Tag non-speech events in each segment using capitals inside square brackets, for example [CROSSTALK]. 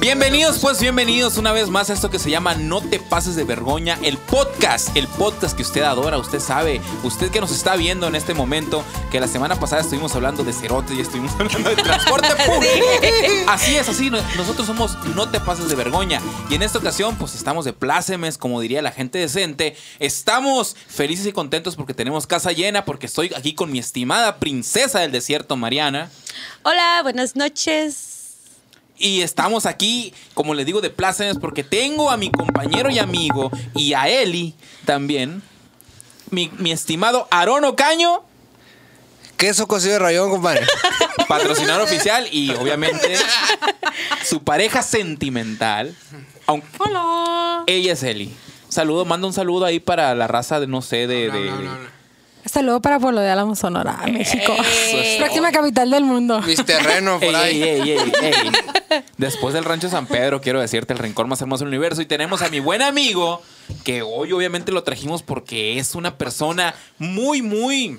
Bienvenidos, pues bienvenidos una vez más a esto que se llama No te pases de vergoña, el podcast, el podcast que usted adora, usted sabe, usted que nos está viendo en este momento, que la semana pasada estuvimos hablando de cerote y estuvimos [LAUGHS] hablando de transporte público. Así es, así, no- nosotros somos No te pases de vergoña y en esta ocasión pues estamos de plácemes, como diría la gente decente, estamos felices y contentos porque tenemos casa llena, porque estoy aquí con mi estimada princesa del desierto, Mariana. Hola, buenas noches. Y estamos aquí, como les digo, de plácemes porque tengo a mi compañero y amigo y a Eli también, mi, mi estimado Aarón Ocaño, Queso cocido de rayón, [LAUGHS] compadre. patrocinador oficial y obviamente su pareja sentimental. Aunque Hola. ella es Eli. Saludo, manda un saludo ahí para la raza de no sé de. de- Saludo para Pueblo de Álamo, Sonora, Eh, México. Eso [LAUGHS] es Próxima capital del [LAUGHS] mundo. [LAUGHS] Mis [LAUGHS] terrenos Ey, por ahí. ey, ey, ey, ey. Después del rancho San Pedro, quiero decirte el rincón más hermoso del universo. Y tenemos a mi buen amigo, que hoy obviamente lo trajimos porque es una persona muy, muy.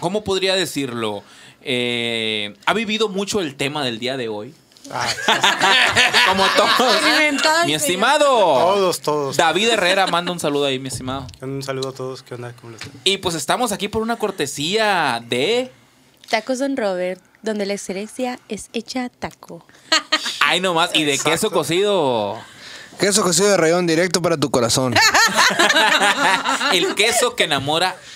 ¿Cómo podría decirlo? Eh, ha vivido mucho el tema del día de hoy. Ah, Como todos. Experimentado el Mi señor. estimado. Todos, todos. David Herrera manda un saludo ahí, mi estimado. Un saludo a todos. ¿Qué onda? ¿Cómo les va? Y pues estamos aquí por una cortesía de. Tacos Don Robert, donde la excelencia es hecha taco. Ay, nomás. Y de queso [LAUGHS] cocido. Queso cocido de rayón directo para tu corazón. El queso que enamora [LAUGHS]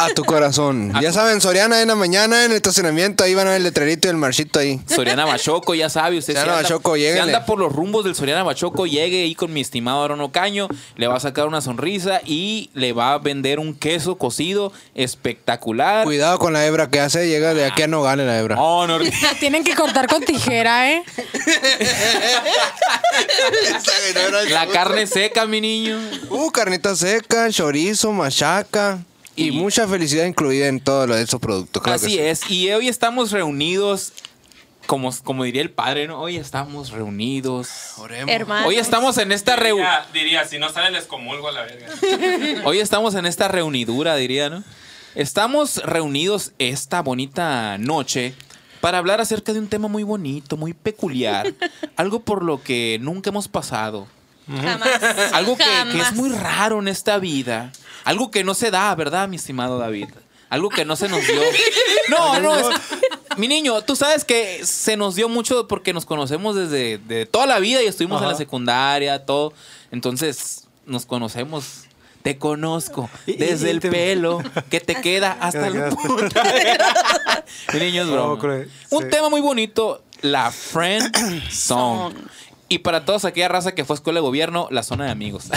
A tu corazón. A ya tu- saben, Soriana en la mañana, en el estacionamiento, ahí van a ver el letrerito y el marchito ahí. Soriana Bachoco, ya sabe, usted Soriana Bachoco, si lléguenle. anda por los rumbos del Soriana Bachoco, llegue ahí con mi estimado Aaron Ocaño, le va a sacar una sonrisa y le va a vender un queso cocido espectacular. Cuidado con la hebra que hace, llega de aquí a Nogales la hebra. Oh, no, La tienen que cortar con tijera, ¿eh? la carne seca, mi niño. Uh, carnita seca, chorizo, machaca. Y, Y- mucha felicidad incluida en todos los- esos productos. claro que Así sí. es, y hoy estamos reunidos, como, como diría el padre, ¿no? Hoy estamos reunidos. Hermano. Hoy estamos en esta reu- Diría, diría, si no sale les comulgo a la verga. Hoy estamos en esta reunidura, diría, ¿no? Estamos reunidos esta bonita noche para hablar acerca de un tema muy bonito, muy peculiar, algo por lo que nunca hemos pasado, Jamás. [LAUGHS] algo que, que es Jamás. muy raro en esta vida, algo que no se da, ¿verdad, mi estimado David? Algo que no se nos [LAUGHS] dio. No, no, es- mi niño, tú sabes que se nos dio mucho porque nos conocemos desde de toda la vida y estuvimos en la Ajá. secundaria, todo. Entonces, nos conocemos. Te conozco desde y el te- pelo que [LAUGHS] te queda hasta te la queda hasta- punta. [LAUGHS] Mi niño es No, broma. creo- Un sí. tema muy bonito, la [COUGHS] friend zone. Y para todos aquella raza que fue a escuela de gobierno, la zona de [LAUGHS] amigos. [LAUGHS] Los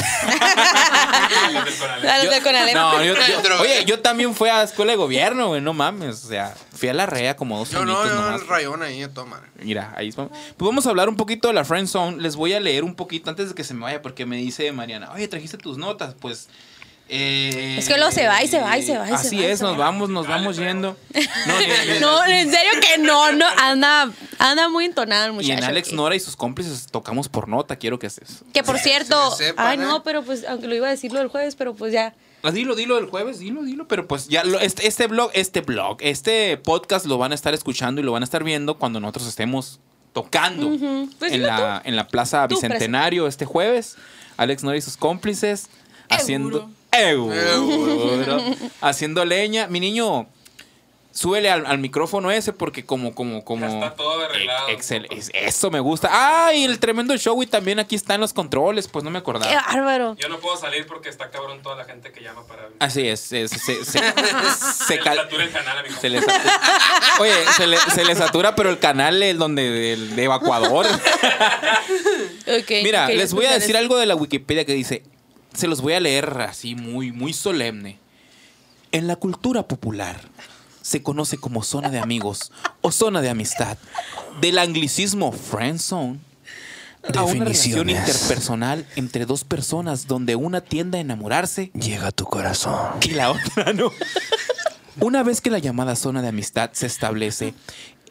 del Conalep. A los de Conalep. No, yo- yo- oye, yo también fui a escuela de gobierno, güey, no mames. O sea, fui a la rea como dos añitos nomás. rayón ahí, toma. Mira, ahí vamos. Pues vamos a hablar un poquito de la Friend Zone. Les voy a leer un poquito antes de que se me vaya, porque me dice Mariana, oye, trajiste tus notas, pues. eh, Es que luego se va y se va y se va y se Así va y es, se nos va. vamos, nos vamos [LAUGHS] yendo. No, ni- ni- [LAUGHS] No, en serio que no, no. Anda, anda muy entonada el y muchacho. en Alex Nora y sus cómplices tocamos por nota, quiero que estés. Que por cierto. se sepan, ay, ¿eh? no, pero pues, aunque lo iba a decirlo el jueves, pero pues ya. Ah, Dilo, dilo el jueves, dilo, dilo. Pero pues ya, lo- este, este blog, este blog, este podcast lo van a estar escuchando y lo van a estar viendo cuando nosotros estemos tocando Ujú. Pues en, dilo la, en la Plaza Tú, Bicentenario este jueves. Alex Nora y sus cómplices haciendo. Euro. Haciendo leña. Mi niño, súbele al, al micrófono ese porque como, como, como. Ya está todo arreglado. Ex- excel- es- eso me gusta. ¡Ay! el tremendo show y también aquí están los controles, pues no me acordaba. Qué bárbaro. Yo no puedo salir porque está cabrón toda la gente que llama para... Así es, es- [LAUGHS] se, se, se Se cal- le satura el canal a mi se compa. le satura. Oye, se le, se le satura, pero el canal es donde el de evacuador. Ok, Mira, ok, les voy a pues, decir algo de la Wikipedia que dice, se los voy a leer así muy, muy solemne. En la cultura popular se conoce como zona de amigos o zona de amistad. Del anglicismo friend zone a una relación Definiciones. interpersonal entre dos personas donde una tiende a enamorarse Llega a tu corazón. y la otra no. [LAUGHS] Una vez que la llamada zona de amistad se establece,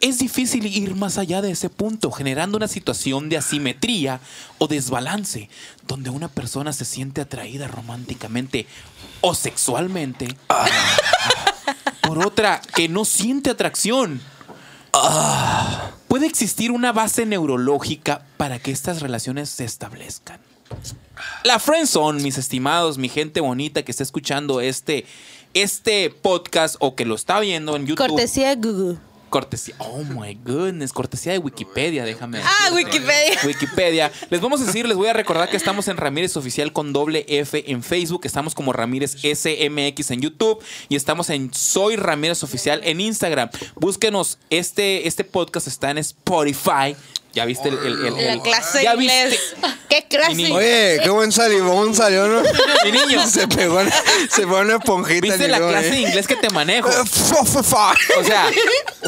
es difícil ir más allá de ese punto, generando una situación de asimetría o desbalance, donde una persona se siente atraída románticamente o sexualmente por otra que no siente atracción. Puede ¿Puede existir una base neurológica para que estas relaciones se establezcan? La friendzone, mis estimados, mi gente bonita que está escuchando este, este podcast o que lo está viendo en YouTube. Cortesía de Google. Cortesía. Oh my goodness. Cortesía de Wikipedia, déjame. Ah, decirte. Wikipedia. Wikipedia. Les vamos a decir, les voy a recordar que estamos en Ramírez Oficial con doble F en Facebook. Estamos como Ramírez SMX en YouTube. Y estamos en Soy Ramírez Oficial en Instagram. Búsquenos. Este, este podcast está en Spotify. Ya viste el. el- el- el- La clase ya de viste- inglés. [LAUGHS] ¿Qué clase? Oye, qué buen salivón salió, ¿no? Mi niño. [LAUGHS] Se pegó, una- se pegó una esponjita. Viste y la luego, clase de eh. inglés que te manejo. [LAUGHS] Fa, fa, fa. O sea,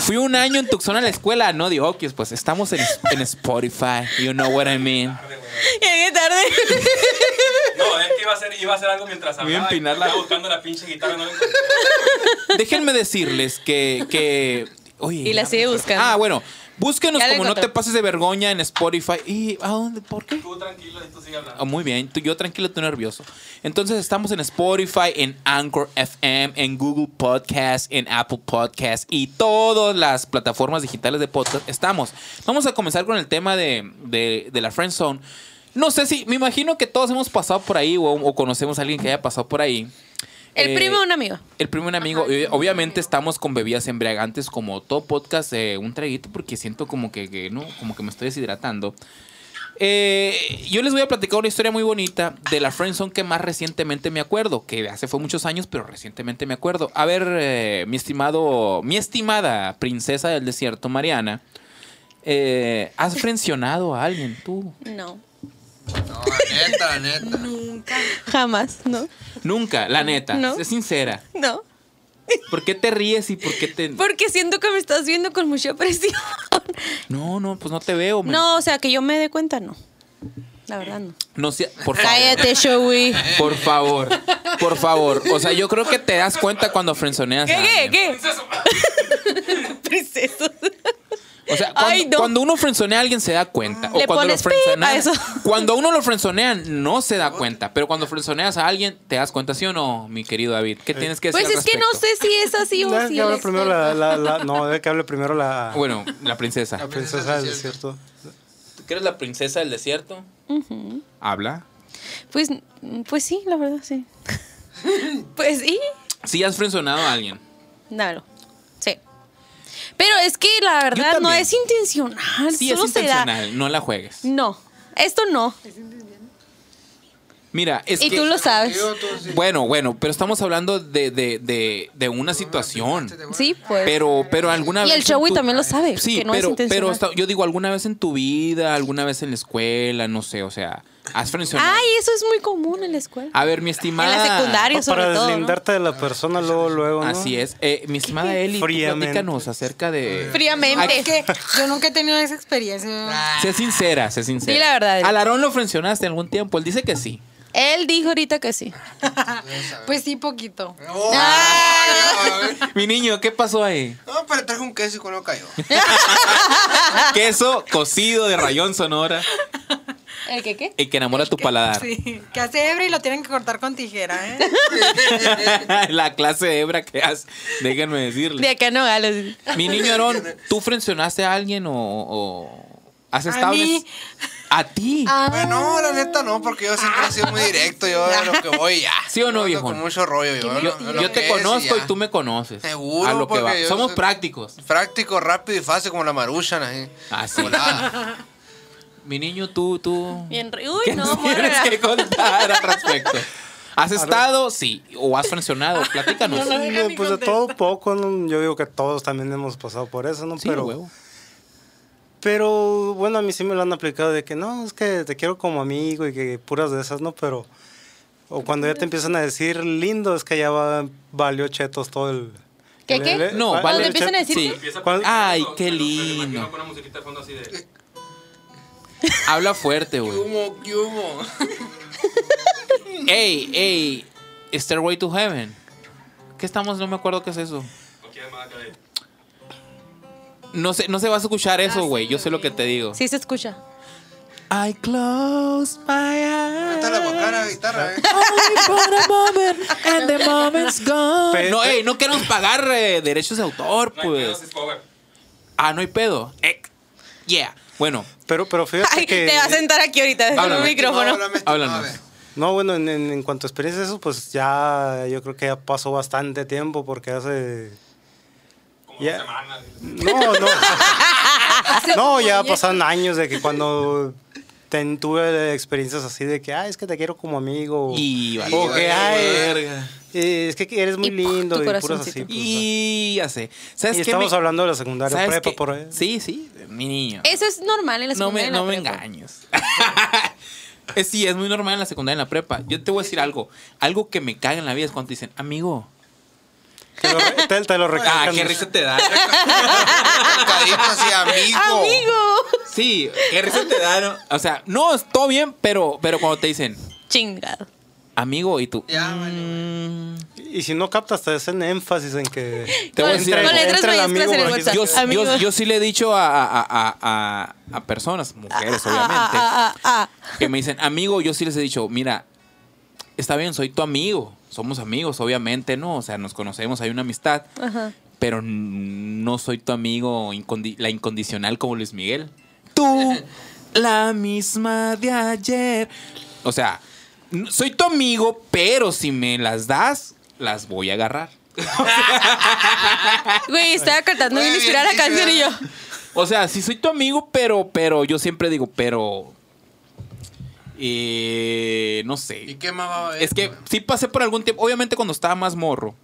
fui un año en Tucson a la escuela, no de Okios, pues estamos en, en Spotify. You know what I mean. [LAUGHS] Llegué tarde. [LAUGHS] No, es que iba a hacer, iba a hacer algo mientras Voy a hablaba. y empinar la- estaba buscando la pinche guitarra. No la encontré. Déjenme decirles que. que oye, Y la sigue buscando. Ah, bueno. Búsquenos Ya la como No encontré. Te Pases de Vergoña en Spotify. ¿Y a dónde? ¿Por qué? Tú tranquilo y tú sigue hablando. Ah, muy bien, tú- yo tranquilo, tú nervioso. Entonces estamos en Spotify, en Anchor FM, en Google Podcast, en Apple Podcast y todas las plataformas digitales de podcast. Estamos. Vamos a comenzar con el tema de, de- de la Friend Zone. No sé si, me imagino que todos hemos pasado por ahí o, o conocemos a alguien que haya pasado por ahí. El Eh, primo de un amigo. el primo un amigo. Eh, Obviamente estamos con bebidas embriagantes como todo podcast, eh, un traguito porque siento como que, que no, como que me estoy deshidratando. Eh, yo les voy a platicar una historia muy bonita de la friendzone que más recientemente me acuerdo, que hace fue muchos años, pero recientemente me acuerdo. A ver, eh, mi estimado, mi estimada princesa del desierto, Mariana, eh, ¿has frencionado a alguien tú? No. No, neta, neta. Jamás, no. Nunca, la neta, No. es sincera. No. ¿Por qué te ríes y por qué te...? Porque siento que me estás viendo con mucha presión. No, no, pues no te veo. men. No, o sea, que yo me dé cuenta, no. La verdad, no. No sea- por favor. [LAUGHS] Cállate, Showy. Por favor, por favor. O sea, yo creo que te das cuenta cuando frenzoneas. a ¿Qué, alguien. qué, qué? [LAUGHS] Princesos. O sea, cuando, Ay, no. cuando uno frenzonea a alguien se da cuenta. O Le cuando, pones lo frenzonean- pip a eso. cuando a uno lo frenzonean, no se da cuenta. Pero cuando frenzoneas a alguien, te das cuenta, ¿sí o no, mi querido David? ¿Qué tienes que decir? Pues al es que no respecto? sé si es así o Debe si que hable es- primero la, la, la- No, debe que hable primero la, Bueno, la princesa. la princesa del desierto. [LAUGHS] ¿Qué eres la princesa del desierto? Habla. Pues, pues sí, la verdad, [LAUGHS] sí. pues sí, Sí, has frenzonado a alguien. dalo. Sí. Pero es que la verdad no también. es intencional. Sí, solo es se da. intencional. No la juegues. No, esto no. Mira, es y que. tú lo sabes. Bueno, bueno, pero estamos hablando de, de, de, de una situación. Sí, pues. Pero, pero alguna y vez. el Showy en tu- también lo sabe. Sí, que no pero, es intencional. pero está- yo digo, alguna vez en tu vida, alguna vez en la escuela, no sé, o sea, has frencionado. Ay, eso es muy común en la escuela. A ver, mi estimada. En la secundaria. Mario, sobre para todo, ¿no? deslindarte de la persona luego, luego, ¿no? Así Ah, es. Eh, mi estimada Eli, tú Fríamente. platícanos acerca de. Fríamente. Ay, que yo nunca he tenido esa experiencia. Sé sincera, sé sincera. Di la verdad, Eli. ¿Al Aarón lo frencionaste algún tiempo? Él dice que sí. Él dijo ahorita que sí. Pues sí, poquito. Ah. Ah. Mi niño, ¿qué pasó ahí? No, pero trajo un queso y con lo cayó. Queso cocido de rayón sonora. ¿El qué qué? El que enamora tu paladar. Sí. Que hace hebra y lo tienen que cortar con tijera, ¿eh? [LAUGHS] la clase de hebra que haces. Déjenme decirle. De acá no galos. Mi niño Aarón, ¿tú frencionaste a alguien o, o has A estado en- mí. a ti? Ah, Bueno, la neta no, porque yo siempre he sido muy directo. Yo a lo que voy ya. ¿Sí o no, Yo ando viejo? Con mucho rollo. Yo, a Yo, lo- a lo yo te que es conozco y ya. tú me conoces. Seguro, A lo que porque va. yo Somos soy- prácticos. Práctico, rápido y fácil como la maruchan así. Ah. Así. Ah. Volada. Mi niño, tú, tú. Bien, re- uy, ¿Qué no, nos tienes morra. que contar al respecto? ¿Has estado? Sí. ¿O has frencionado? Platícanos. Sí, no, pues de todo poco, ¿no? yo digo que todos también hemos pasado por eso, ¿no? Sí, pero, huevo. pero bueno, a mí sí me lo han aplicado de que no, es que te quiero como amigo y que puras de esas, ¿no? Pero, o cuando ya te empiezan a decir lindo, es que ya va, valió chetos todo el. ¿Qué, el- qué? el- No, va- vale. el te empiezan a chet- decir Sí. Empieza ¿Cuál? Ay, pero- qué pero- pero me lindo. imagino Con una musiquita de fondo así de. Habla fuerte, ¿Qué güey. humo? ¿Qué humo? Ey, ey. Stairway to Heaven. ¿Qué estamos? No me acuerdo qué es eso. No quieres más acá de. No se, no se va a escuchar eso, güey. Yo sé lo que te digo. Ah, Sí se escucha. I close my eyes. Está la guacara, guitarra, [LAUGHS] eh. Only for a moment, and [LAUGHS] the moment's gone. Pero- No, ey, no queremos pagar eh, derechos de autor, No hay pedo, pues. si es cover. Ah, no hay pedo. Eh, yeah. Bueno, Pero, pero fíjate Ay, que... te vas a sentar aquí ahorita desde Háblame. el micrófono. Háblanos. No, bueno, en, en- en cuanto a experiencia eso, pues ya yo creo que ya pasó bastante tiempo porque hace... Como Ya. dos semanas. No, no. no, ya Oye. pasaron años de que cuando ten- tuve experiencias así de que, ay, es que te quiero como amigo. y valió o que, ay, verga. eh, es que eres muy Y, puf, lindo tu y puras así. corazoncito. pues, Y ya sé. y ¿Sabes qué? estamos me- hablando de la secundaria ¿sabes prepa qué? por ahí. Sí, sí, mi niño. Eso es normal en Eh, la no me, secundaria, no me en la prepa. engañes. [LAUGHS] Eh, sí, es muy normal en la secundaria, en la prepa. Yo te voy a decir algo. Algo que me caga en la vida es cuando te dicen, amigo. Te lo, re- te, te lo Ah, recalcan. qué risa te da. [LAUGHS] así, amigo. Amigo. Sí, qué risa te da. ¿no? O sea, no, es todo bien, pero, pero cuando te dicen, Chingado. amigo, y tú. Ya, vale. Y si no captas, te hacen énfasis en que... Te voy a decir entra- algo. Con letras entra el mayúsculas amigo en el por aquí. WhatsApp. Yo, Amigo. yo- yo sí le he dicho a, a- a- a- a personas, mujeres, obviamente, Ah, ah, ah, ah. que me dicen, amigo, yo sí les he dicho, mira, está bien, soy tu amigo. Somos amigos, obviamente, ¿no? O sea, nos conocemos, hay una amistad. Pero n- no soy tu amigo, incondi- la incondicional como Luis Miguel. Tú, la misma de ayer. O sea, n- soy tu amigo, pero si me las das, las voy a agarrar. ah. Güey, estaba cantando bien Muy bien, inspirada la sí, canción y yo. ¿verdad? O sea, sí soy tu amigo, pero, pero yo siempre digo, pero. eh, no ¿Y sé. qué más va a haber? Es que güey? sí pasé por algún tiempo. Obviamente, cuando estaba más morro,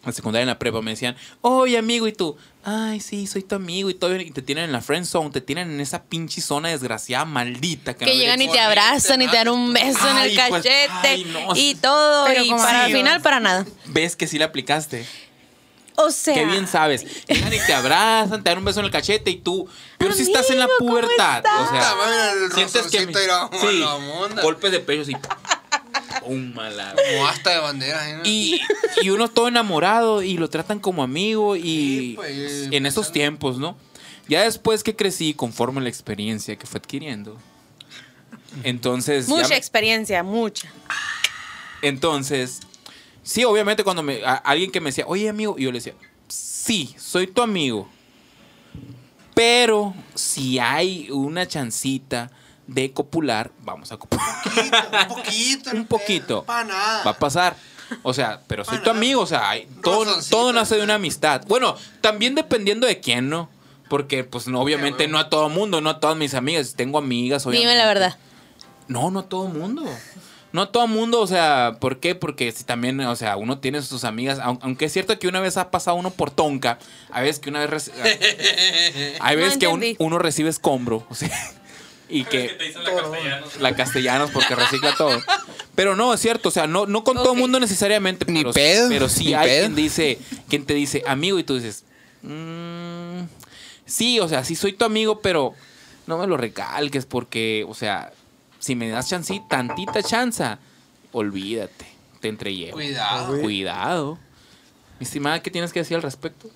en la secundaria, en la prepa, me decían, oye, amigo, y tú, ay, sí, soy tu amigo, y todo bien", y te tienen en la friend zone, te tienen en esa pinche zona desgraciada, maldita. Que no llegan y deberías- te abrazan y te dan un beso en Ay, el pues, cachete ay, no. y todo. Pero y como para el amigos. final, para nada. Ves que sí la aplicaste. O sea. Qué bien sabes. [LAUGHS] Llegan y te abrazan, te dan un beso en el cachete, y tú, pero si estás en la Amigo, ¿cómo pubertad. O sea, Puta madre, el rozoncito mi- era sí, la monda. golpes de pecho así. [LAUGHS] Un mala. [LAUGHS] Como hasta de bandera. ¿eh? Y, y uno todo enamorado y lo tratan como amigo y Sí, pues, en esos tiempos, ¿no? Ya después que crecí, conforme la experiencia que fue adquiriendo. Entonces, ya Mucha me- experiencia, mucha. entonces, sí, obviamente cuando me, a- alguien que me decía, oye amigo, y yo le decía, sí, soy tu amigo. Pero si hay una chancita de copular, vamos a copular. Un poquito. Un poquito. Para nada. Va a pasar. O sea, pero soy tu Para nada. amigo, o sea, hay- todo, Razoncito. todo nace de una amistad. Bueno, también dependiendo de quién, ¿no? Porque, pues, no, obviamente no a todo mundo, no a todas mis amigas. Tengo amigas, obviamente. Dime la verdad. No, no a todo mundo. No a todo mundo, o sea, ¿por qué? Porque si también, o sea, uno tiene sus amigas, aun- aunque es cierto que una vez ha pasado uno por tonca, a veces que una vez... reci- Hay No veces que un- entendí. uno recibe escombro, o sea, [LAUGHS] y Es que te que dicen la castellana. la castellanos porque recicla todo. Pero no, es cierto, o sea, no, no con todo Ok. mundo necesariamente, Ni pero, pedo, pero sí ni hay pedo. quien dice, quien te dice amigo y tú dices, "Mm, sí, o sea, sí soy tu amigo, pero no me lo recalques porque, o sea, si me das chance, tantita chanza, olvídate, te entregué. Cuidado. Cuidado. Mi estimada, ¿qué tienes que decir al respecto?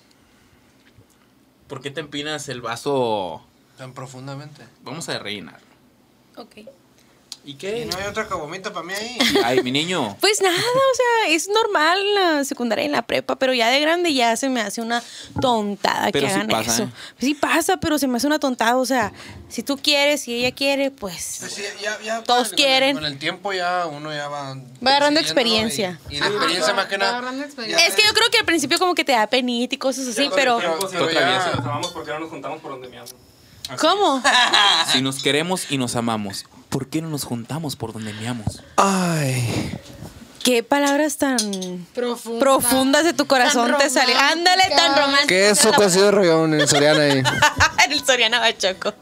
¿Por qué te empinas el vaso? Tan profundamente. Vamos a rellenar. Ok. ¿Y Y qué? no hay otra cabomita para mí ahí. [LAUGHS] Ay, mi niño. Pues nada, o sea, es normal en la secundaria y en la prepa, pero ya de grande ya se me hace una tontada Pero que sí hagan pasa, eso. Pues ¿eh? Sí pasa, pero se me hace una tontada, o sea, si tú quieres, si ella quiere, Pues pues... sí, ya- ya- Todos con el- quieren. Con el tiempo ya uno ya va. Va agarrando consiguiéndolo experiencia. Y, y la experiencia más que Va nada. agarrando experiencia. Es que yo creo que al principio como que te da penita y cosas así, pero... Tiempo, si pero nos ya- llamamos, si nos amamos, ¿por qué no nos juntamos por donde me amo? ¿Cómo? Si nos queremos y nos amamos, ¿por qué no nos juntamos por donde meamos? [LAUGHS] Ay. ¿Qué palabras tan Profunda. profundas de tu corazón Tan te salen? Ándale, tan romántica. ¿Qué es La- cocido relleno en Soriana ahí? en [LAUGHS] el Soriana Bachoco.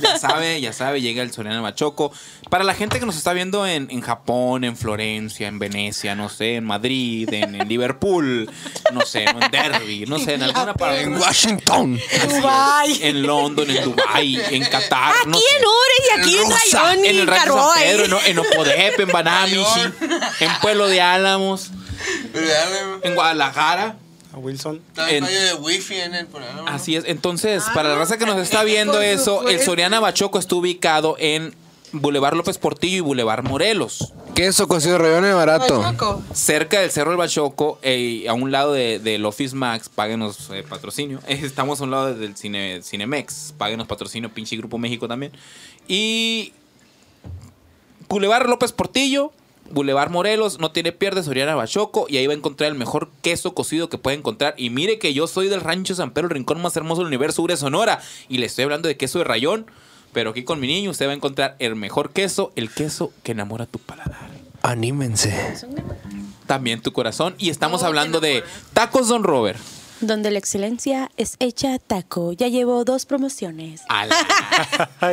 Ya sabe, ya sabe, llega el Soriana Machoco. Para la gente que nos está viendo en, en Japón, en Florencia, en Venecia, no sé, en Madrid, en, en Liverpool, no sé, en Derby, no sé, en alguna parte. En Washington. Así es. Dubái. En London, en Dubai, en Qatar. Aquí no sé. en Ures y aquí en Rosa, Rayón y en el Rancho San Carboy. Pedro, en, O- en Opodep, en [LAUGHS] Banamichi, en Pueblo de Álamos, Pero ya le- en Guadalajara. A Wilson. [LAUGHS] Está el En- Ah, fallo de wifi en el programa. [LAUGHS] Así es. Entonces, para la raza que nos está viendo Ah, por eso, el supuesto. Soriana Bachoco está ubicado en Boulevard López Portillo y Boulevard Morelos. Queso cocido relleno y barato. Bachoco. Cerca del Cerro del Bachoco, eh, a un lado de- del Office Max, páguenos eh, patrocinio. [LAUGHS] Eh, Estamos a un lado del cine, Cinemex, páguenos patrocinio, pinche Grupo México también. Y Boulevard López Portillo, Boulevard Morelos, no tiene pierde, Soriana Bachoco, y ahí va a encontrar el mejor queso cocido que puede encontrar. Y mire que yo soy del rancho San Pedro, el rincón más hermoso del universo, Ure Sonora, y le estoy hablando de queso de rayón, pero aquí con mi niño usted va a encontrar el mejor queso, el queso que enamora tu paladar Anímense. también tu corazón. Y Oh, estamos hablando de Tacos Don Robert. Donde la excelencia es hecha taco. Ya llevo dos promociones. [LAUGHS]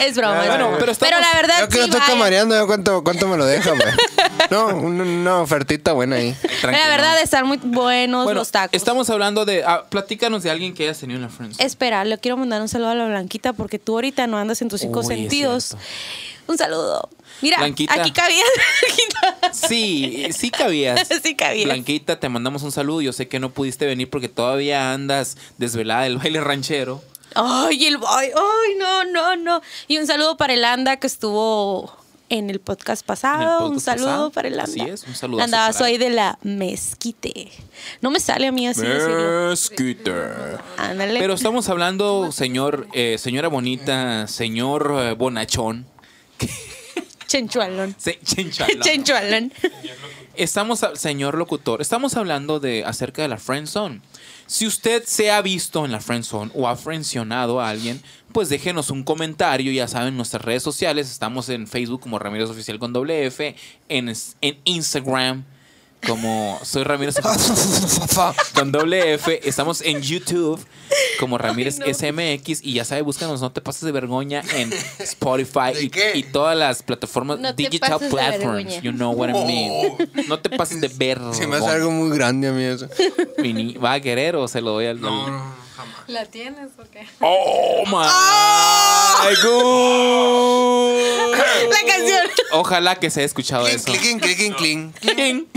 Es broma, es Bueno, broma. pero estamos- la verdad Yo que sí, lo estoy eh. vayan. camareando, yo cuánto, cuánto me lo deja, [LAUGHS] güey. No, un- una ofertita buena ahí. Pero la verdad están muy buenos Bueno, los tacos. Estamos hablando de. ah, platícanos de alguien que hayas tenido en la Friends. Espera, le quiero mandar un saludo a la Blanquita porque tú ahorita no andas en tus cinco Uy, es sentidos. cierto. Un saludo. Mira, Blanquita. aquí cabía. [LAUGHS] Blanquita. Sí, sí cabías. [LAUGHS] Sí cabías. Blanquita, te mandamos un saludo. Yo sé que no pudiste venir porque todavía andas desvelada del baile ranchero. Ay, el boy. Ay, no, no, no. Y un saludo para el Anda que estuvo en el podcast pasado. En el podcast un saludo pasado. para el Anda. Así es, un saludazo Anda, para soy él. de la Mezquite. No me sale a mí así decirlo. Mezquite. Ándale. Pero estamos [LAUGHS] hablando, señor, eh, señora bonita, señor eh, bonachón. Chenchualón. [LAUGHS] Se- chinchalón. Chenchualón. Estamos, a- señor locutor, estamos hablando de acerca de la friend zone. Si usted se ha visto en la friend zone o ha frencionado a alguien, pues déjenos un comentario. Ya saben, nuestras redes sociales estamos en Facebook como Ramírez Oficial con doble F, en, es- en Instagram como soy Ramírez Oficial con doble F, estamos en YouTube como Ramírez SMX y ya sabe, búscanos, no te pases de vergüenza en Spotify ¿De y, qué? y todas las plataformas No te digital pases de platforms. vergüenza. You know what I mean. No te pases [LAUGHS] de ver. Se me hace algo muy grande a mí [LAUGHS] eso. Mi ni- ¿Va a querer o se lo doy al.? No, no, jamás. ¿La tienes o qué? ¡Oh, Ah. my God! La canción. Ojalá que se haya escuchado eso. Clicking, clicking, clicking. [LAUGHS] Cling.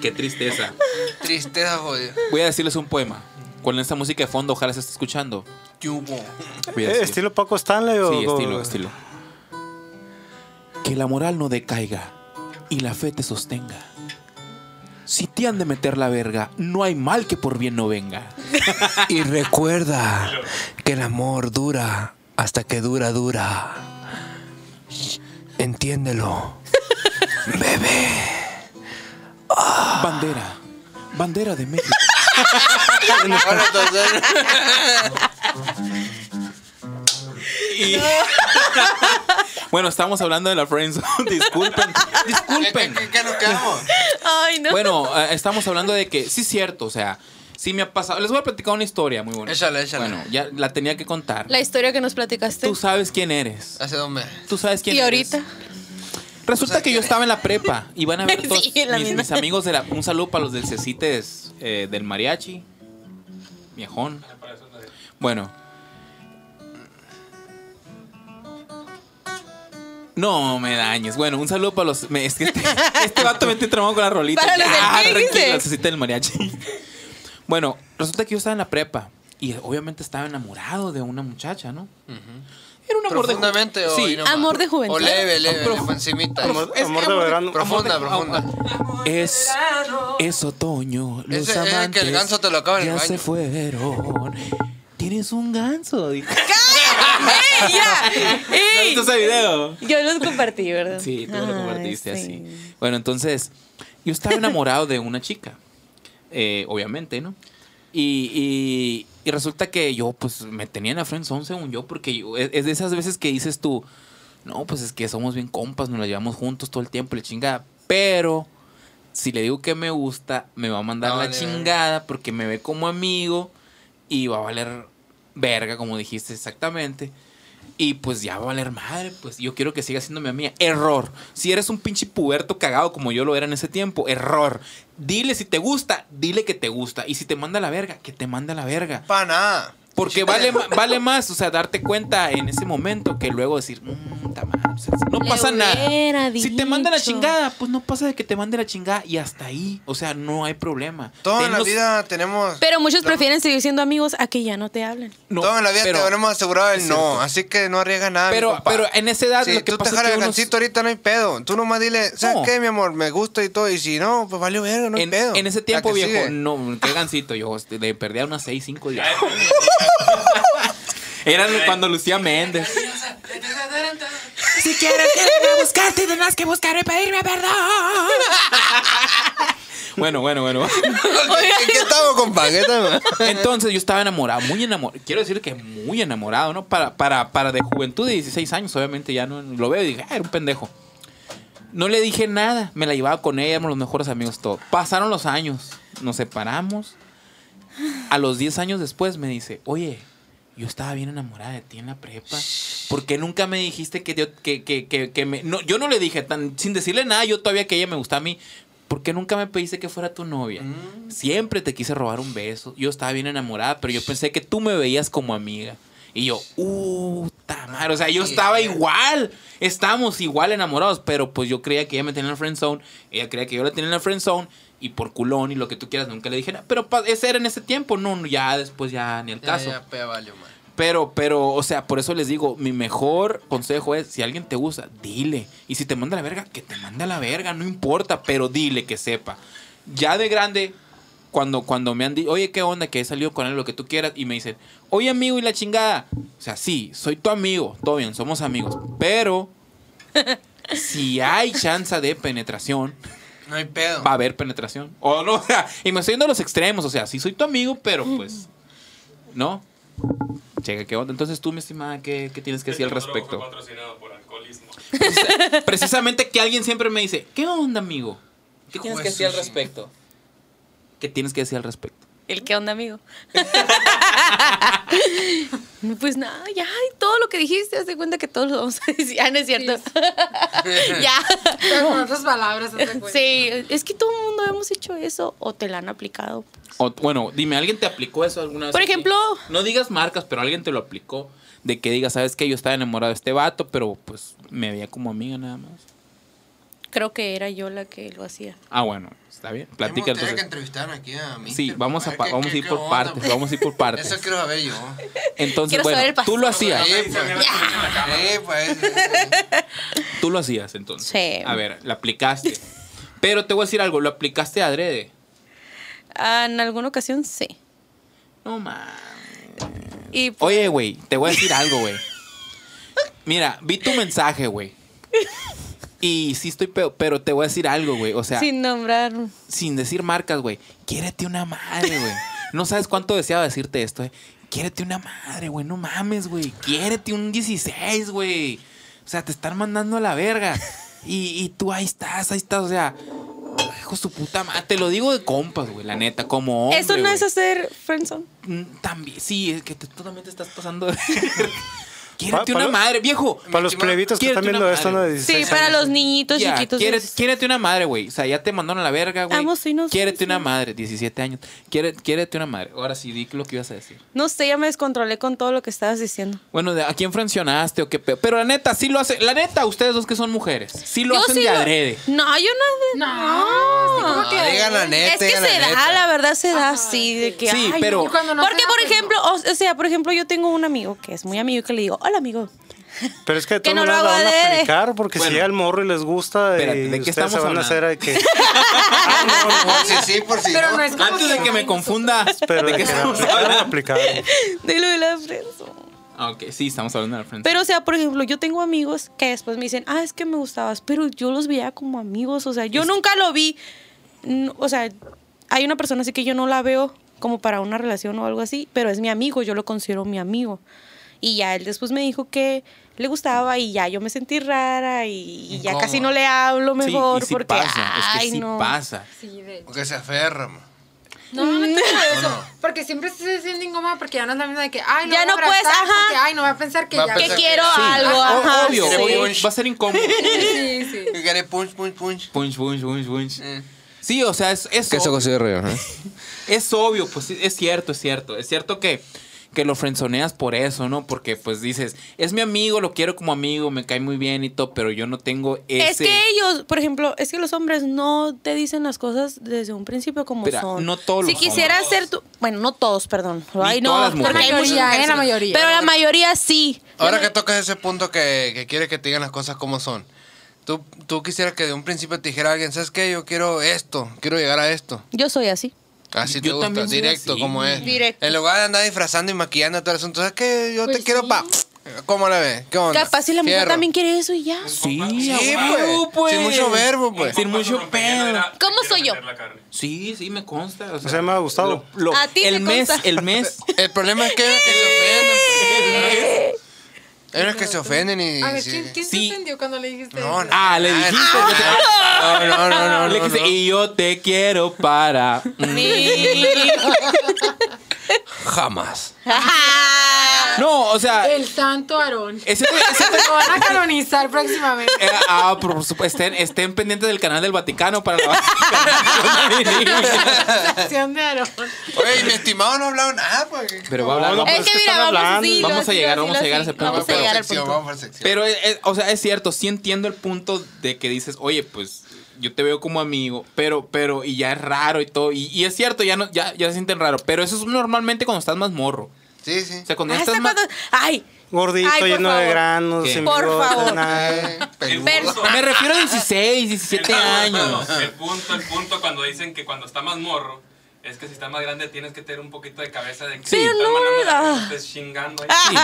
Qué tristeza. Tristeza, jodido. Voy a decirles un poema. Con esta música de fondo, ojalá se esté escuchando. Yugo. Voy a Eh, decir. ¿Estilo Paco Stanley o...? Sí, estilo, o- estilo. Que la moral no decaiga y la fe te sostenga. Si te han de meter la verga, no hay mal que por bien no venga. Y recuerda que el amor dura hasta que dura, dura. Entiéndelo. Bandera, bandera de [LAUGHS] México. [LAUGHS] Bueno, entonces. Bueno, estamos hablando de la Friends. [LAUGHS] disculpen, ¿Qué, disculpen. qué, qué, qué nos quedamos? Ay, no. Bueno, eh, estamos hablando de que sí es cierto, o sea, sí me ha pasado. Les voy a platicar una historia muy buena. Échale, échale. Bueno, ya la tenía que contar. La historia que nos platicaste. Tú sabes quién eres. Hace dos meses. Tú sabes quién Y eres. ahorita. Resulta que yo estaba en la prepa y van a ver [LAUGHS] Sí, todos en la mis, misma. mis amigos de la. Un saludo para los del Cecites eh, del Mariachi. Viejón. Bueno. No me dañes. Bueno, un saludo para los. me- es que [LAUGHS] este, este vato me estoy tramando con la rolita. Ah, Para los del eh. ¿qué tranquilo, dices? el Cecites del Mariachi. Bueno, resulta que yo estaba en la prepa y obviamente estaba enamorado de una muchacha, ¿no? Era un amor de. Profundamente o Sí, ahí nomás? Amor de juventud. O leve, leve, Profu- por encimita. Amor, amor de verano. Profunda, profunda. Es, es otoño. Los Ese- ese que el amantes ganso te lo acaba en el ya se baño. fueron. Tienes un ganso. dijo. ¡Ey, ya! [LAUGHS] [LAUGHS] ¿No ¡Ey! viste ese video? Yo los compartí, ¿verdad? Sí, tú me lo Ay, compartiste sí. así. Bueno, entonces, yo estaba enamorado de una chica, eh, obviamente, ¿no? Y, y- y resulta que yo, pues, me tenía en la friendzone según yo, porque yo- e, es, es de esas veces que dices tú, no, pues es que somos bien compas, nos la llevamos juntos todo el tiempo, le chingada. Pero, si le digo que me gusta, me va a mandar Va a la valer chingada porque me ve como amigo y va a valer verga, como dijiste exactamente. Y pues ya va a valer madre, pues yo quiero que siga siendo mi amiga. Error. Si eres un pinche puberto cagado como yo lo era en ese tiempo, error. Dile si te gusta, dile que te gusta. Y si te manda a la verga, que te manda a la verga. Para nada. [LAUGHS] Porque vale, ma- vale más, o sea, darte cuenta en ese momento que luego decir, "Mm, puta madre. pues, No Le pasa nada. hubiera Si te manda la dicho. chingada, pues no pasa de que te mande la chingada y hasta ahí. O sea, no hay problema. Todo en la Tenlos- vida tenemos. Pero muchos prefieren seguir siendo amigos a que ya no te hablen. No, todo en la vida pero- tenemos asegurado es el cierto. no. Así que no arriesga nada. mi Pero, compa. pero en esa edad Si lo que tú te pasa jalas es el que unos- gancito ahorita no hay pedo. Tú nomás dile, ¿sabes No. qué, mi amor? Me gusta y todo. Y si no, pues valió verga, no hay en, pedo. en ese La tiempo, que viejo, sigue. no, qué gancito yo, este, de perdía unas 6, 5 [LAUGHS] días. Era cuando Lucía Méndez. Si quieres que venga a buscarte, tendrás que buscarme y pedirme perdón. bueno, bueno, bueno. [LAUGHS] ¿En qué estamos, compa? ¿Qué estamos? Entonces yo estaba enamorado, muy enamorado. Quiero decir que muy enamorado, ¿no? Para, para, para de juventud de 16 años, obviamente ya no lo veo y dije, ah, era un pendejo. No le dije nada, me la llevaba con ella, éramos los mejores amigos, todo. Pasaron los años, nos separamos. A los 10 años después me dice, oye, yo estaba bien enamorada de ti en la prepa. ¿Por qué nunca me dijiste que yo, que, que, que, que me... No, yo no le dije, tan, sin decirle nada, yo todavía que ella me gustaba a mí. ¿Por qué nunca me pediste que fuera tu novia? Siempre te quise robar un beso. Yo estaba bien enamorada, pero yo pensé que tú me veías como amiga. Y yo, uh, tamar. O sea, yo estaba igual. Estábamos igual enamorados, pero pues yo creía que ella me tenía en la friend zone. Ella creía que yo la tenía en la friend zone. Y por culón y lo que tú quieras, nunca le dije nada. Pero pa- ese era en ese tiempo. No, no, ya después ya ni el caso. Pero, pero, o sea, por eso les digo, mi mejor consejo es, si alguien te gusta, dile. Y si te manda a la verga, que te manda a la verga, no importa, pero dile que sepa. Ya de grande, cuando, cuando me han dicho, oye, ¿qué onda? Que he salido con él, lo que tú quieras, y me dicen, oye, amigo, y la chingada. O sea, sí, soy tu amigo, todo bien, somos amigos, pero si hay chance de penetración, No hay pedo. va a haber penetración. O no, [LAUGHS] o sea, y me estoy yendo a los extremos. O sea, sí soy tu amigo, pero pues. ¿No? Checa, ¿qué onda? Entonces tú, mi estimada, ¿qué, qué tienes que decir al Fue [LAUGHS] respecto? patrocinado por alcoholismo. Precisamente que alguien siempre me dice, ¿qué onda, amigo? ¿Qué tienes que Pues, decir al sí. respecto? ¿Qué tienes que decir al respecto? El qué onda, amigo. [LAUGHS] pues nada, ya, y todo lo que dijiste, haz de cuenta que todos lo vamos a decir. [LAUGHS] Ah, no es cierto. [LAUGHS] ya. Pero con otras palabras, hazte cuenta. Sí, es que todo el mundo hemos hecho eso o te la han aplicado. O, bueno, dime, ¿alguien te aplicó eso alguna vez? Por a ti? ejemplo- No digas marcas, pero alguien te lo aplicó. De que digas, ¿sabes qué? Yo estaba enamorado de este vato, pero pues me veía como amiga nada más. Creo que era yo la que lo hacía. Ah, bueno, está bien. Platica Tenemos que entonces. entrevistar aquí a mí. Sí, vamos a, pa- vamos a ir por partes, vamos a ir por partes. pues. Eso quiero saber yo. Entonces, Quiero bueno, saber el pasado. tú lo hacías, Sí, pues. Sí, pues. tú lo hacías entonces. Sí. A ver, la aplicaste. Pero te voy a decir algo, lo aplicaste adrede. Ah, en alguna ocasión sí. No mames. Y pues, Oye, güey, te voy a decir algo, güey. Mira, vi tu mensaje, güey. Y sí estoy pedo, pero te voy a decir algo, güey. O sea, sin nombrar. sin decir marcas, güey. Quiérete una madre, güey. No sabes cuánto deseaba decirte esto, eh. Quiérete una madre, güey. No mames, güey. Quiérete un 16, güey. O sea, te están mandando a la verga. Y, y tú ahí estás, ahí estás. O sea, hijo de su puta madre. Te lo digo de compas, güey. La neta, como hombre. eso no güey. es hacer friendzone. Mm, También, sí, es que te- tú también te estás pasando [LAUGHS] de verga. Pa- Quiérete pa- una madre, viejo. Para los plebitos que Quiérete están viendo una esto, no madre. de Sí, 16 para años. los niñitos Ya, chiquitos. quiere- es- quiérete una madre, güey. O sea, ya te mandaron a la verga, güey. Amo su inocencia. Quiérete una madre, 17 años. Quiere, quiérete una madre. Ahora sí, di lo que ibas a decir. No sé, ya me descontrolé con todo lo que estabas diciendo. Bueno, de- ¿a quién francionaste o qué pedo? Pero la neta, sí lo hace. La neta, ustedes dos que son mujeres, sí lo Yo hacen sí de lo- adrede. No, yo no. No. ¿Cómo que? Digan la neta, es que digan la se da, neta. la verdad se da así de que Sí, ay, pero- no. Y cuando no porque se da, por pues, ejemplo, o, o sea, por ejemplo, yo tengo un amigo que es muy amigo y que le digo, "Hola, amigo." [LAUGHS] Pero es que de Que todas no lo maneras la hago van a adrede. aplicar porque eh. Bueno. si ya el morro y les gusta, Espérate, y ¿de qué ustedes estamos se van hablando? a hacer a que. Por si sí, por si Pero no. no es como Antes de que me [LAUGHS] confunda. Pero ¿De de qué que la estamos aplicaron, la hablando? [LAUGHS] aplicaron. De lo de la friendzone. Ah, ok, sí, estamos hablando de la friendzone. Pero o sea, por ejemplo, yo tengo amigos que después me dicen, "Ah, es que me gustabas", pero yo los veía como amigos, o sea, yo nunca lo vi mm, o sea, hay una persona así que yo no la veo como para una relación o algo así, pero es mi amigo, yo lo considero mi amigo. Y ya él después me dijo que le gustaba y ya yo me sentí rara y, y ya casi no le hablo Sí, y mejor sí porque pasa, es ay que sí no. pasa. Sí, de hecho. Porque se aferra, man. No, Mm. no me tengo eso. Porque siempre se siente incómoda porque ya no es la misma de que, ay, lo Ya voy a no puedes, abrazar ajá. porque, ay, no va a pensar que Va a ya. Que pensar quiero Sí. algo, O- ajá. obvio, sí. güey, va a ser [LAUGHS] incómodo. Sí, sí. You gotta punch, punch, punch. punch, punch, punch, punch. Sí, o sea, es, es ¿Qué ob- se considera? Es obvio, pues sí, es cierto, es cierto. Es cierto que, que lo frenzoneas por eso, ¿no? Porque pues dices, es mi amigo, lo quiero como amigo, me cae muy bien y todo, pero yo no tengo ese... Es que ellos, por ejemplo, es que los hombres no te dicen las cosas desde un principio como Espera, son. no todos Si los quisieras ser tu. Bueno, no todos, perdón. Ay, no, todas las porque hay mujeres. muchas Mayoría, mujeres. eh, la mayoría. Pero la mayoría sí. Ahora que tocas ese punto que, que quiere que te digan las cosas como son, tú, tú quisieras que de un principio te dijera a alguien, ¿sabes qué? Yo quiero esto, quiero llegar a esto. Yo soy así. Así te Yo gusta, también soy directo, así. como es. Directo. En lugar de andar disfrazando y maquillando todo el asunto, ¿sabes qué? Yo te Pues quiero sí. pa. ¿Cómo la ves? ¿Qué onda? Capaz si la mujer Fierro. también quiere eso y ya. Sí, Sí, a pues. huevo, pues. Sin mucho verbo, pues. Sin mucho pedo. ¿Cómo soy yo? Sí, sí, me consta. O sea, O sea, me ha gustado. Ah, lo- A ti te el mes, consta. el mes. El problema es que hay unas que se ofenden. pues. Hay unas que se ofenden y. A ver, sí. ¿quién, quién se Sí. ofendió cuando le dijiste No, eso? no. Ah, le dijiste. que te- No, no, no, no. le no, dijiste, no. y yo te quiero [LAUGHS] para. [LAUGHS] [LAUGHS] Jamás. No, o sea. El santo Aarón. ese- ese- Lo van a [LAUGHS] canonizar próximamente. eh, ah, por supuesto, estén, estén pendientes del canal del Vaticano para la Canción de Aarón. Oye, y mi estimado no ha hablado nada, pues. Pero va a hablar. No, no, vamos- pues, es que ¿qué mira, están vamos hablando? así. lo Vamos a así, lo llegar, así, vamos lo a llegar a así. ese punto, Vamos a pero- llegar al sección, punto. Vamos a sección. Pero, eh, eh, o sea, es cierto, sí entiendo el punto de que dices, oye, pues yo te veo como amigo, pero, pero, y ya es raro y todo. Y, y es cierto, ya, no, ya, ya se sienten raro, pero eso es normalmente cuando estás más morro. Sí, sí. O sea, cuando Ah, ya ¿hasta estás más. cuándo? Ay, Gordito, Ay, por lleno de favor. granos, ¿Qué? sin Por bigote, favor. nada. Eh, peludo. Me refiero a 16, 17 años. El punto, el punto cuando dicen que cuando está más morro, es que si está más grande tienes que tener un poquito de cabeza de que Sí. estás Pero no, mandando la ah. que estés chingando ahí.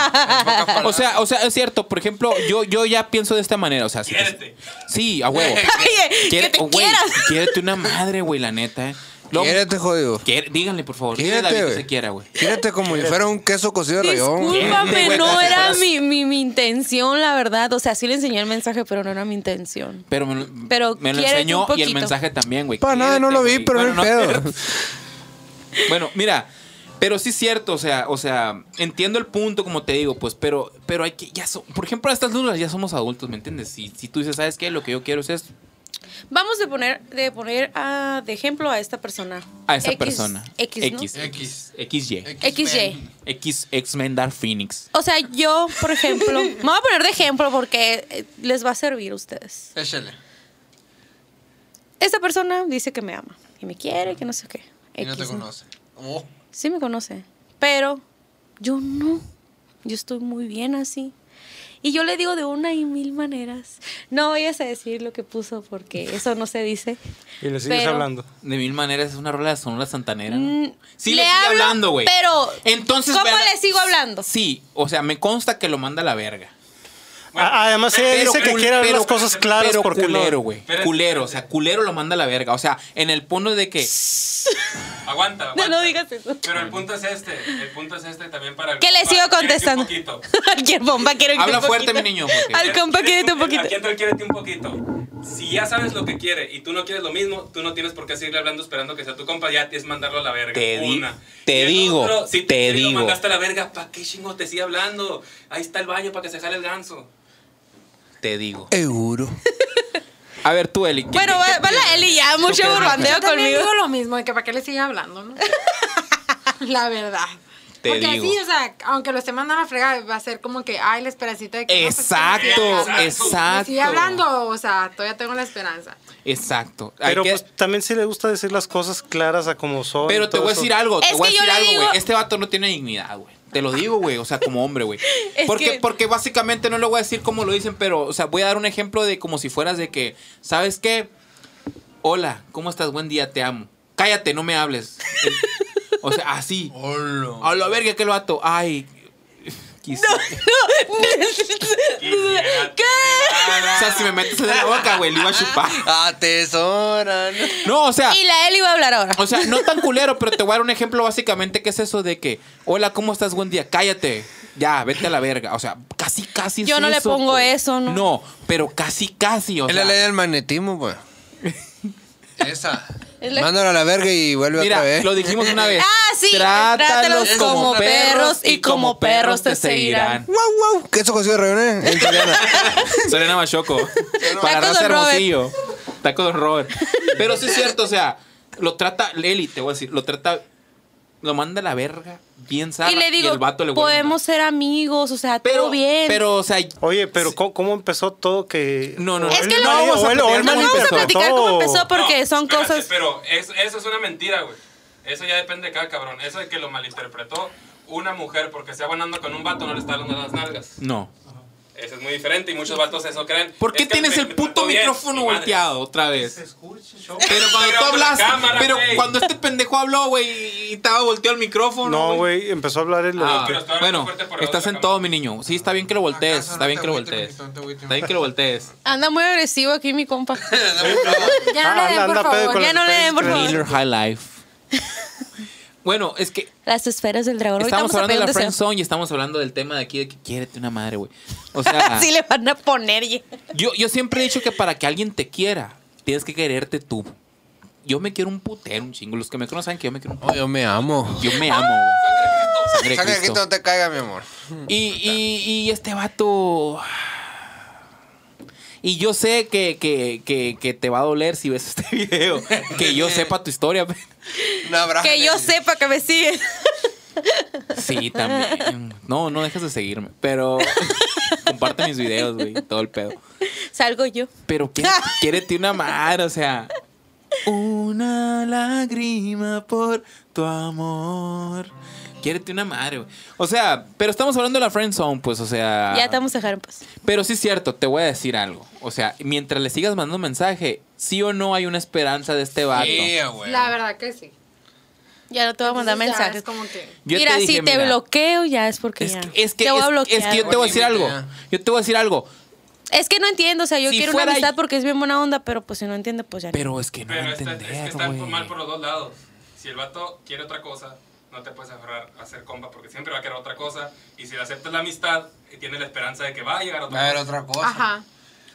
Sí. [LAUGHS] O sea, o sea, es cierto, por ejemplo, yo, yo ya pienso de esta manera, o sea, si te- Quiérete. sí, a huevo. oye, Quiere- que te oh, güey, quieras. [LAUGHS] Quiérete una madre, güey, la neta, eh. Lo- Quiérete, jodido. quiere- díganle, por favor, díganle a Quiérete, David que güey. se quiera, güey. Quiérete como si fuera un queso cocido de rayón. Discúlpame, Bien, no güey, era estás- mi, mi, mi intención, la verdad. O sea, sí le enseñé el mensaje, pero no era mi intención. Pero me, lo- Pero me lo quiérete enseñó un y el poquito. mensaje también, güey. Para nada, no lo vi, Quiérete, pero güey. no hay Bueno, pedo. [LAUGHS] Bueno, mira, pero sí es cierto, o sea, o sea, entiendo el punto, como te digo, pues, pero, pero hay que, ya so- por ejemplo, a estas dudas ya somos adultos, ¿me entiendes? Si, si tú dices, ¿sabes qué? Lo que yo quiero es esto. Vamos a poner, de poner ah, de ejemplo a esta persona. A esa X- persona. X, ¿no? X, X. X, XY. XY. X, X-Men Dark Phoenix. O sea, yo, por [LAUGHS] ejemplo, me voy a poner de ejemplo porque eh, les va a servir a ustedes. Échale. Esta persona dice que me ama y me quiere, que no sé qué. Y no te X, ¿no? conoce. Oh. Sí me conoce, pero yo no. Yo estoy muy bien así. Y yo le digo de una y mil maneras. No vayas a decir lo que puso porque eso no se dice. Y le sigues Pero- hablando. De mil maneras, es una rola de Sonora Santanera. Mm, ¿no? Sí, le, sigue hablo, hablando, güey. Pero, Entonces, ¿cómo vea- le sigo hablando? Sí, o sea, me consta que lo manda a la verga. A- Ah, Además, ella Eh, dice que cul- quiere ver pero- las cosas claras pero porque no- culero, güey. Espérate, Culero, o sea, culero lo manda a la verga. O sea, en el punto de que. Aguanta, No, aguanta. no digas eso. Pero el punto es este, el punto es este también para... el Que le compa. sigo Quiérete un contestando. poquito. [LAUGHS] Al bomba quiere Habla fuerte, mi niño, porque- Al compa [LAUGHS] quiere un poquito. Aquí entra el quiérete un poquito. Si ya sabes lo que quiere y tú no quieres lo mismo, tú no tienes por qué seguirle hablando esperando que sea tu compa. Ya es mandarlo a la verga. Te di- Una. te Y el digo, otro, si te si lo digo. mandaste a la verga, ¿para qué chingo te sigue hablando? Ahí está el baño para que se jale el ganso. Te digo. Euro. A ver, tú, Eli. ¿qué- Bueno, qué- va, va la Eli ya, mucho Ok, ok. burbandeo Yo también conmigo. digo lo mismo, de que para qué le sigue hablando, ¿no? la verdad. Te Porque digo. así, o sea, aunque lo esté mandando a fregar, va a ser como que, ay, la esperancita de que. no, pues, que me Exacto, siga hablando. exacto. Me sigue hablando, o sea, todavía tengo la esperanza. Exacto. Hay Pero que- pues también sí le gusta decir las cosas claras a como son. Pero te todo voy a eso. decir algo, Es te voy a que yo decir le algo, güey. digo- Este vato no tiene dignidad, güey. Te lo digo, güey, o sea, como hombre, güey. [LAUGHS] Es Porque, que- porque básicamente no le voy a decir como lo dicen, pero, o sea, voy a dar un ejemplo de como si fueras de que, ¿sabes qué? Hola, ¿cómo estás? Buen día, te amo. Cállate, no me hables. Eh, O sea, [LAUGHS] así. Hola. A la verga, que el vato. Ay. [LAUGHS] quis- [LAUGHS] O sea, si me metes en la boca, güey, le iba a [LAUGHS] chupar. Ah, Atesoran. No, o sea. Y la Eli va a hablar ahora. O sea, no tan culero, pero te voy a dar un ejemplo básicamente que es eso de que, hola, ¿cómo estás? Buen día, cállate. Ya, vete a la verga. O sea, casi, casi. es Yo no le eso, pongo pues. eso, ¿no? No, pero casi, casi. O Es la ley sea, del magnetismo, pues. Esa. Es la- Mándalo a la verga y vuelve otra mira, vez. lo dijimos una vez. Ah, sí, trátalos como perros y como perros te seguirán. Wow, wow. [LAUGHS] Queso cocido de rayón, eh. En italiana. Serena Machoco. Para Taco raza Don Robert. hermosillo. Taco Don Robert. Pero sí es cierto, o sea, lo trata, Leli, te voy a decir, lo trata lo manda a la verga bien sabe y le digo, el vato le vuelve a podemos ser amigos, o sea, mandar. pero todo bien. Pero, o sea, Oye, pero ¿cómo, cómo empezó todo que...? No, no, o no. es él- que no lo- vamos a o él- o él pelear, no mismo vamos a empezó platicar todo. cómo empezó porque No, son espérate, cosas... Pero es- eso es una mentira, güey. Eso ya depende de cada cabrón. Eso de que lo malinterpretó una mujer porque se va andando con un vato no le está dando las nalgas. no. Eso es muy diferente y muchos vatos eso creen. ¿Por qué Es que tienes me- el me puto trató bien, micrófono mi madre. volteado otra [LAUGHS] vez? Pero cuando Pero tú con la hablaste, cámara, pero güey. cuando este pendejo habló, güey, y estaba volteado el micrófono. No, güey, empezó a hablar el... Ah, Pero estaba bueno, fuerte por la estás otra en cámara. todo, mi niño. Sí, está bien que lo voltees. Ah, ¿Acaso Está no bien te que lo agüites, voltees. mijito? No te agüites. Está bien que lo voltees. Anda muy agresivo aquí mi [LAUGHS] compa. [LAUGHS] Ya no Ah, le den, anda por pedo favor. con Ya las no le den, [LAUGHS] por [LAUGHS] favor. estrellas. Inner High Life. Bueno, es que Las esferas del dragón. Ahorita estamos vamos a hablando de pedir la un friend deseo. zone y estamos hablando del tema de aquí de que quiérete una madre, güey. [LAUGHS] O sea, Así le van a poner. y- yo, yo siempre he dicho que para que alguien te quiera, tienes que quererte tú. Yo me quiero un putero, un chingo. Los que me conocen saben que yo me quiero un Oh, putero. yo me amo. Yo me amo, güey. Sangre de Saca que Cristo. no te caiga, mi amor. Y, y- y este vato. Y yo sé que, que- que- que te va a doler si ves este [LAUGHS] video. Que yo sepa tu historia. pe- Un abrazo. Que yo sepa que me siguen. Sí, también. No, no dejes de seguirme. Pero [LAUGHS] comparte mis videos, güey. Todo el pedo. Salgo yo. Pero qué- quiérete una mar, o sea. Una lágrima por tu amor. Quiérete una madre, güey. O sea, pero estamos hablando de la friend zone, pues, o sea. Ya te vamos a dejar en paz. Pero sí es cierto, te voy a decir algo. O sea, mientras le sigas mandando mensaje, sí o no hay una esperanza de este vato. Sí, güey. La verdad que sí. Ya no te voy a mandar Entonces, ya mensajes. Es como que... Yo mira, te dije, si te mira, bloqueo, ya es porque Es ya. que, es que, te voy a es- es bloquear. que yo te voy a decir algo. Límite, Yo te voy a decir algo. Es que no entiendo, o sea, yo Si quiero fuera- una amistad porque es bien buena onda, pero pues si no entiende, pues ya. no. Pero es que no Pero va a está, es que entender, está güey. mal por los dos lados. Si el vato quiere otra cosa, no te puedes aferrar a ser compa porque siempre va a querer otra cosa. Y si le aceptas la amistad, tienes la esperanza de que va a llegar a Va a otra haber cosa. otra cosa. Ajá.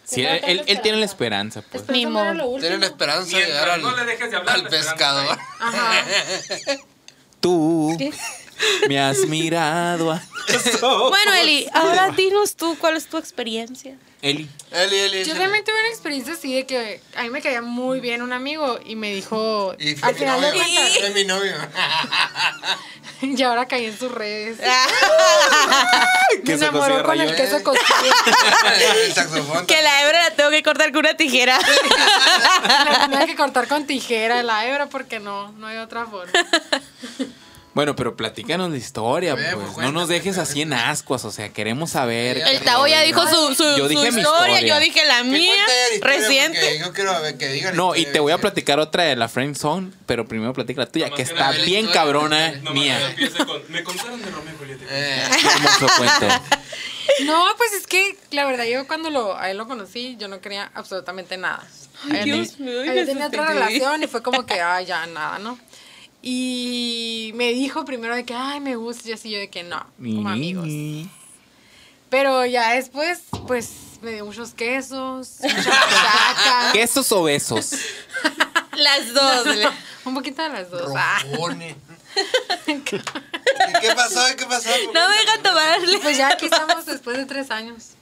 Sí, él, él- él tiene la esperanza, pues. Esperanza Ni no era modo. lo Tiene la último. esperanza de llegar Mientras al, no le dejes de hablar, al la esperanza pescador. está Ajá. Tú ¿Qué? [LAUGHS] me has mirado. a- [LAUGHS] Bueno, Eli, ahora dinos tú cuál es tu experiencia. Eli. Eli, Eli, Yo Eli. también tuve una experiencia así de que a mí me caía muy bien un amigo y me dijo, Y fue al mi final de novio. cuentas, Fue mi [LAUGHS] novio. y ahora caí en sus redes. Ah. [LAUGHS] Me Que se enamoró cocía con el rayón. queso [LAUGHS] cocido. el saxofón. Que la hebra la tengo que cortar con una tijera. La tenía que cortar con tijera la hebra porque no, no hay otra forma. Bueno, pero platícanos la historia, Ve, pues, pues. No nos cuéntame, dejes así en ascuas, o sea, queremos saber. [LAUGHS] Ya, El Tavo ya dijo su, su- Yo dije su mi historia, historia. yo dije la Que mía, cuente la historia, porque reciente. Yo quiero ver que digan. No, y te voy a platicar otra de la friend zone, pero primero platica la tuya, Nomás que que está la- bien la- cabrona No, mía. Eh. no empiece con, me contaron de Romeo y Julieta. Eh, Qué [LAUGHS] hermoso cuento. No, pues es que la verdad yo cuando lo, a él lo conocí, yo no quería absolutamente nada. Ay, Dios mío, me Ahí tenía otra asusté. relación y fue [LAUGHS] como que, ay, ya, nada, ¿no? Y me dijo primero de que, ay, me gusta, y así yo de que no, Mm. como amigos. Pero ya después, pues, me dio muchos quesos, [LAUGHS] muchas Ah. cachacas, Quesos o besos. Las dos. un poquito de las dos. Ah. Rojones. ¿Qué pasó? ¿Qué pasó? [LAUGHS] No me dejan tomarle. [LAUGHS] Pues ya aquí estamos después de tres años.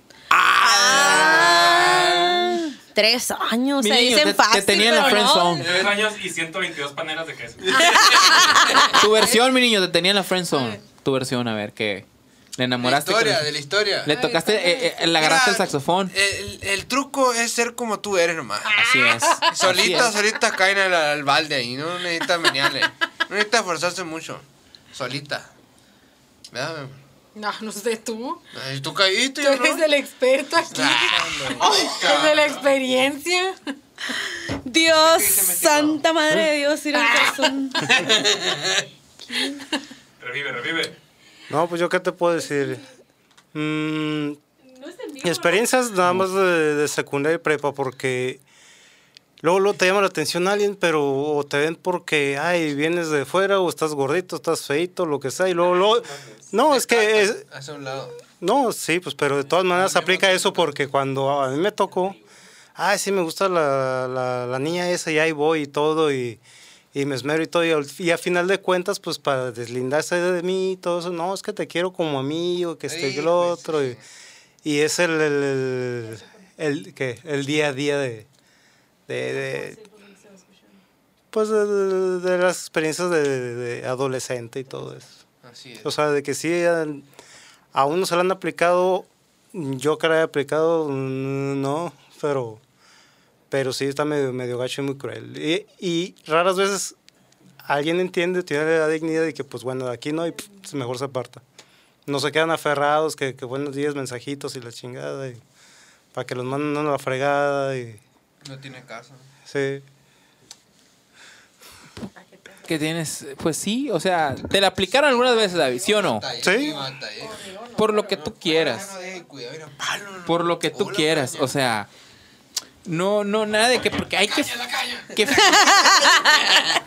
Ah, tres años, Mi se niño, dicen te- te fácil, tenía en la pero friend no. zone. Tres años y 122 paneras de queso. Ah. Tu versión, mi niño, te tenía en la friend zone. Tu versión, a ver, ¿qué? ¿Le enamoraste? historia, con- de la historia. eh, ¿Le tocaste, eh, eh, le agarraste Mira, el saxofón? El, el truco es ser como tú eres nomás. Ah. Así es. así Solitas, es. solitas caen al, al balde y no necesitas menearle. No necesitas forzarse mucho. Solita. ¿Verdad, mi amor? No, no sé tú. Ay, Tú caíste, Tú yo no. eres el experto aquí. Desde la experiencia. Dios, Sí, se me quedó. santa madre de Dios, ir al [LAUGHS] calzón. Revive, revive. No, pues yo qué te puedo decir. Mm, experiencias nada más de, de secundaria y prepa, porque luego, luego te llama la atención alguien, pero o te ven porque, ay, vienes de fuera, o estás gordito, estás feito, lo que sea, y luego, luego- no, es que es, Hacia un lado. no, sí, pues, pero de todas maneras aplica eso porque cuando a mí me tocó, ay, sí, me gusta la, la- la niña esa y ahí voy y todo y, y me esmero y todo. Y, al- y a final de cuentas, pues, para deslindarse de mí y todo eso, no, es que te quiero como amigo, que este y el Hijo, otro. Y, y es el, el, el, el- ¿qué? el día a día de... de, de- pues de, de- de las experiencias de, de adolescente y todo eso. Así O sea, de que sí, eh, a uno se lo han aplicado, yo que la he aplicado, mm, no, pero, pero sí está medio, medio gacho y muy cruel. Y, y raras veces alguien entiende, tiene la dignidad de que, pues bueno, de aquí no, y pff, mejor se aparta. No se quedan aferrados, que, que buenos días, mensajitos y la chingada, y para que los manden a la fregada, y No tiene caso. sí. ¿Qué tienes? Pues sí, o sea, te la aplicaron algunas veces, David, ¿sí o no? Sí. Por lo que tú quieras. Por lo que tú quieras, o sea. No, no, nada de que porque hay que. Que, fe-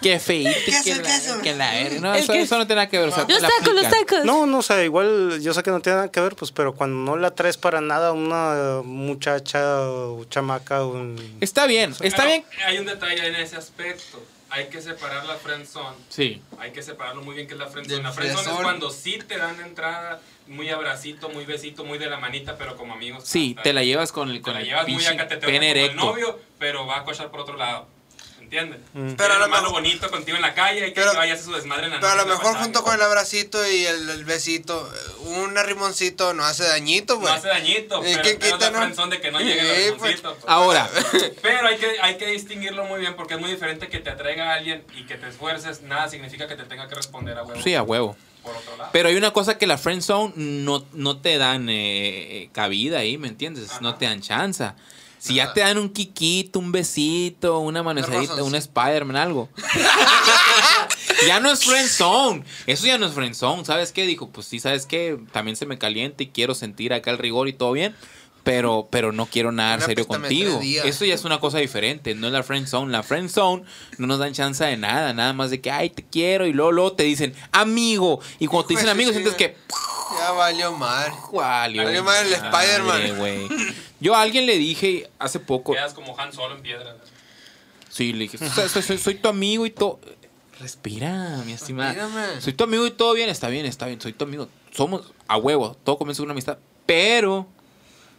que feíte, que, la, que la verga. No, El eso, que- eso no tiene nada que ver. O sea, te Los la tacos, los aplican. [LAUGHS] tacos. No, no, o sea, igual yo sé que no tiene nada que ver, pues, pero cuando no la traes para nada a una muchacha o chamaca o un... Está bien, está Pero bien. Hay un detalle en ese aspecto. Hay que separar la friendzone. Sí. Hay que separarlo muy bien que es la Del friendzone. La friendzone es friendzone. cuando sí te dan la entrada, muy abracito, muy besito, muy de la manita, pero como amigos. Sí, hasta- te la llevas con el, te con la el llevas muy pinche acá, te trata pene como el erecto. novio, pero va a cochar por otro lado. ¿Entiendes? Pero Mm. Pero a lo lo malo mejor- bonito contigo en la calle y que Pero- vayas a su desmadre en la Pero a lo noche, mejor pasa junto algo. con el abracito y el, el besito, eh, un rimoncito no hace dañito, pues. No güey. hace dañito, ¿Y pero qué no es quita, la no? friendzone de que no Sí, llegue el pues. ratoncito, pues. Ahora, Pero hay que, hay que distinguirlo muy bien porque es muy diferente que te atraiga a alguien y que te esfuerces. Nada significa que te tenga que responder a huevo. sí, a huevo. Por otro lado. Pero hay una cosa que la friend zone no, no te dan eh, eh, cabida ahí, ¿me entiendes? No te dan chance. Si ya te dan un kikito, un besito, una manejadita, un razoncito. Spider-Man, [LAUGHS] algo. ya no es friend zone. Eso ya no es friend zone. ¿Sabes qué? Dijo, pues sí, ¿sabes qué? También se me calienta y quiero sentir acá el rigor y todo bien. Pero, pero no quiero nada Una serio préstame contigo. tres días. Eso ya es una cosa diferente. No es la friend zone. La friend zone no nos dan chance de nada. Nada más de que, ay, te quiero. Y luego, luego te dicen, amigo. Y cuando te Hijo dicen de [LAUGHS] su amigo, sientes chingada. que, Ya valió mal. Valió Valió madre el madre, Spider-Man. güey. Yo a alguien le dije hace poco, Quedas como Han Solo en piedra. sí, le dije, soy, soy- soy- soy tu amigo y todo. Respira, mi estimada. Respírame. Soy tu amigo y todo bien, está bien, está bien, soy tu amigo. Somos a huevo, todo comienza con una amistad, pero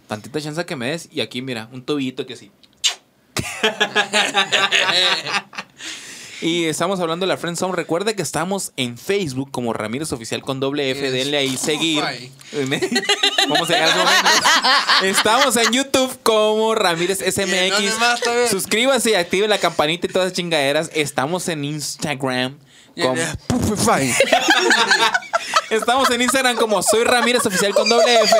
tantita chance que me des y aquí mira, un tobillito [LAUGHS] que sí. Y estamos hablando de la Friend Zone. Recuerda que estamos en Facebook como Ramírez Oficial con doble F. Es- Denle ahí seguir. Ay. Vamos a llegar al momento. [LAUGHS] Estamos en YouTube como Ramírez Y no SMX. demás, está bien. Suscríbase y active la campanita y todas esas chingaderas. Estamos en Instagram. Y como- en el Spotify. Estamos en Instagram como Soy Ramírez Oficial con doble F.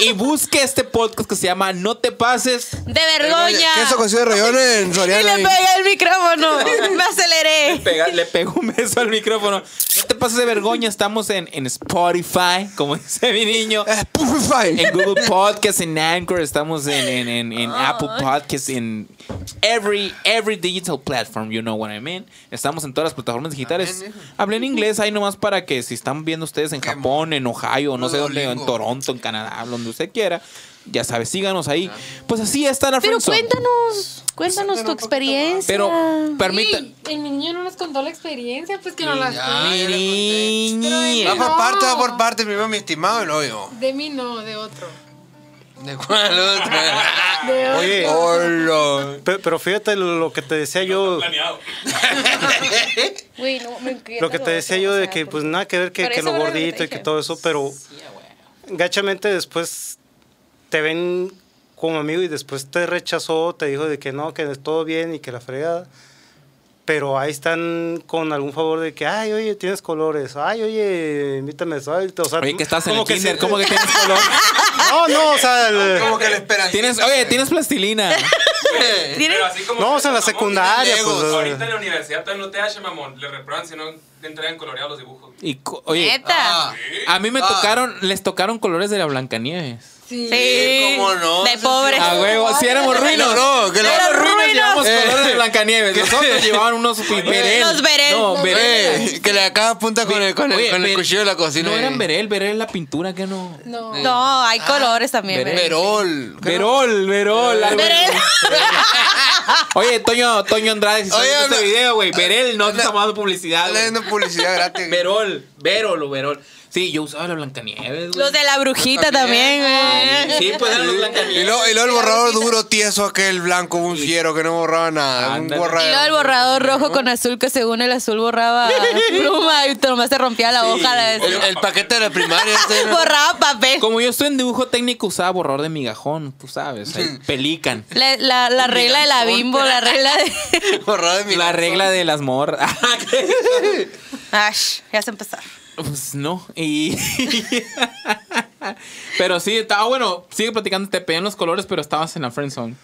Y busque este podcast que se llama No te pases. De vergüenza. Queso cocido de rayón en Y Soriana. le pegué el micrófono. Me aceleré. Pega- le pegó un beso al micrófono. No te pases de vergüenza. Estamos en, en Spotify, como dice mi niño. Spotify. En Google Podcast, en Anchor, estamos en, en, en, en Ah. Apple Podcast, en every, every digital platform, you know what I mean. Estamos en todas las plataformas digitales. Amén, hijo. Hablen inglés ahí nomás para que si están viendo ustedes en Japón, en Ohio, no sé dónde, en Duolingo. Toronto, en Canadá, donde usted quiera. Ya sabes, síganos ahí. Pues así está la Pero friendzone. cuéntanos, cuéntanos tu experiencia. Pero permita. Ey, el niño no nos contó la experiencia, pues que no la Ya, Mi ya le conté. niña. Va por parte, va por parte. Primero mi estimado y luego yo. De mí no, de otro. ¿De cuál [LAUGHS] otra? De otro. Oye, Hola. pe- pero fíjate lo lo que te decía yo, Planeado. Güey, no, me inquieta lo que te decía otro, yo o de sea, que por- pues nada que ver que, Pero que eso lo era lo que te gordito y que dije. todo eso, pero gachamente después te ven como amigo y después te rechazó, te dijo de que no, que todo bien y que la fregada. Pero ahí están con algún favor de que, ay, oye, tienes colores, ay, oye, invítame a O sea, Oye, que estás en como el kinder, sí- ¿cómo que tienes [LAUGHS] color? No, no, o sea, el- Como que la esperanza. ¿Tienes, oye, tienes plastilina. ¿Tienes? Pero así como No, tú o sea, en la eres mamón, secundaria, tienes pues, legos. o sea. Ahorita en la universidad todavía no te hace mamón. Le reprueban si no te entregan coloreados los dibujos. Y, co- oye, Neta. Ah, a mí me Ah. tocaron, les tocaron colores de la Blancanieves. Sí. Sí. ¿Cómo no? De Sí, sí. pobres. A huevo, si éramos Que ruinos. lo logró, que lo éramos logró. ruinos, Ruinos. llevamos Eh. colores de [LAUGHS] Blancanieves. Nosotros llevaban unos berel. Los berel. No, Los berel. Eh, que le acaba punta con el, con el, Oye, con el berel- cuchillo de la cocina. No eh. eran berel, berel es la pintura que no. No. No, Ah, hay colores también. Veré. ¿verdad? Verol. ¿Qué no? Berol, berol. algo Eh, Verel. así. [LAUGHS] Oye, Toño, Toño Andrade, si estás Oye, viendo este habla- video, güey. Berel, no te habla- estamos dando publicidad. Está güey. leyendo publicidad gratis. Verol, verol o verol. Si Sí, yo usaba la Blancanieves, güey. Los de la brujita también, También. güey. Sí, pues eran los Y Blancanieves. luego, y luego el borrador duro, tieso, aquel blanco, un fiero que no borraba nada. Un Ándale. borrador. Y luego el borrador rojo con azul, que según el azul [LAUGHS] borraba pluma y nomás se rompía la hoja. la El, el paquete de la [LAUGHS] primaria. ese, ¿no? borraba [LAUGHS] papel. Como yo estoy en dibujo técnico, usaba borrador de migajón, tú sabes. ahí, Pelican. La, la- la regla de la bimbo, la regla [LAUGHS] de... Borrador de mi La regla de las morras. [LAUGHS] Ash, ya se empezó. Pues no. Y. [LAUGHS] pero sí, estaba bueno. Sigue platicando. Te pedían los colores, pero estabas en la friend zone.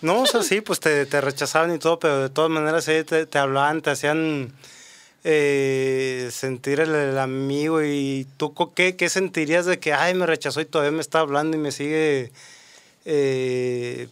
No, o sea, sí, pues te, te rechazaban y todo, pero de todas maneras sí, te, te hablaban, te hacían eh, sentir el, el amigo. ¿Y tú co- qué, qué sentirías de que, ay, me rechazó y todavía me está hablando y me sigue eh,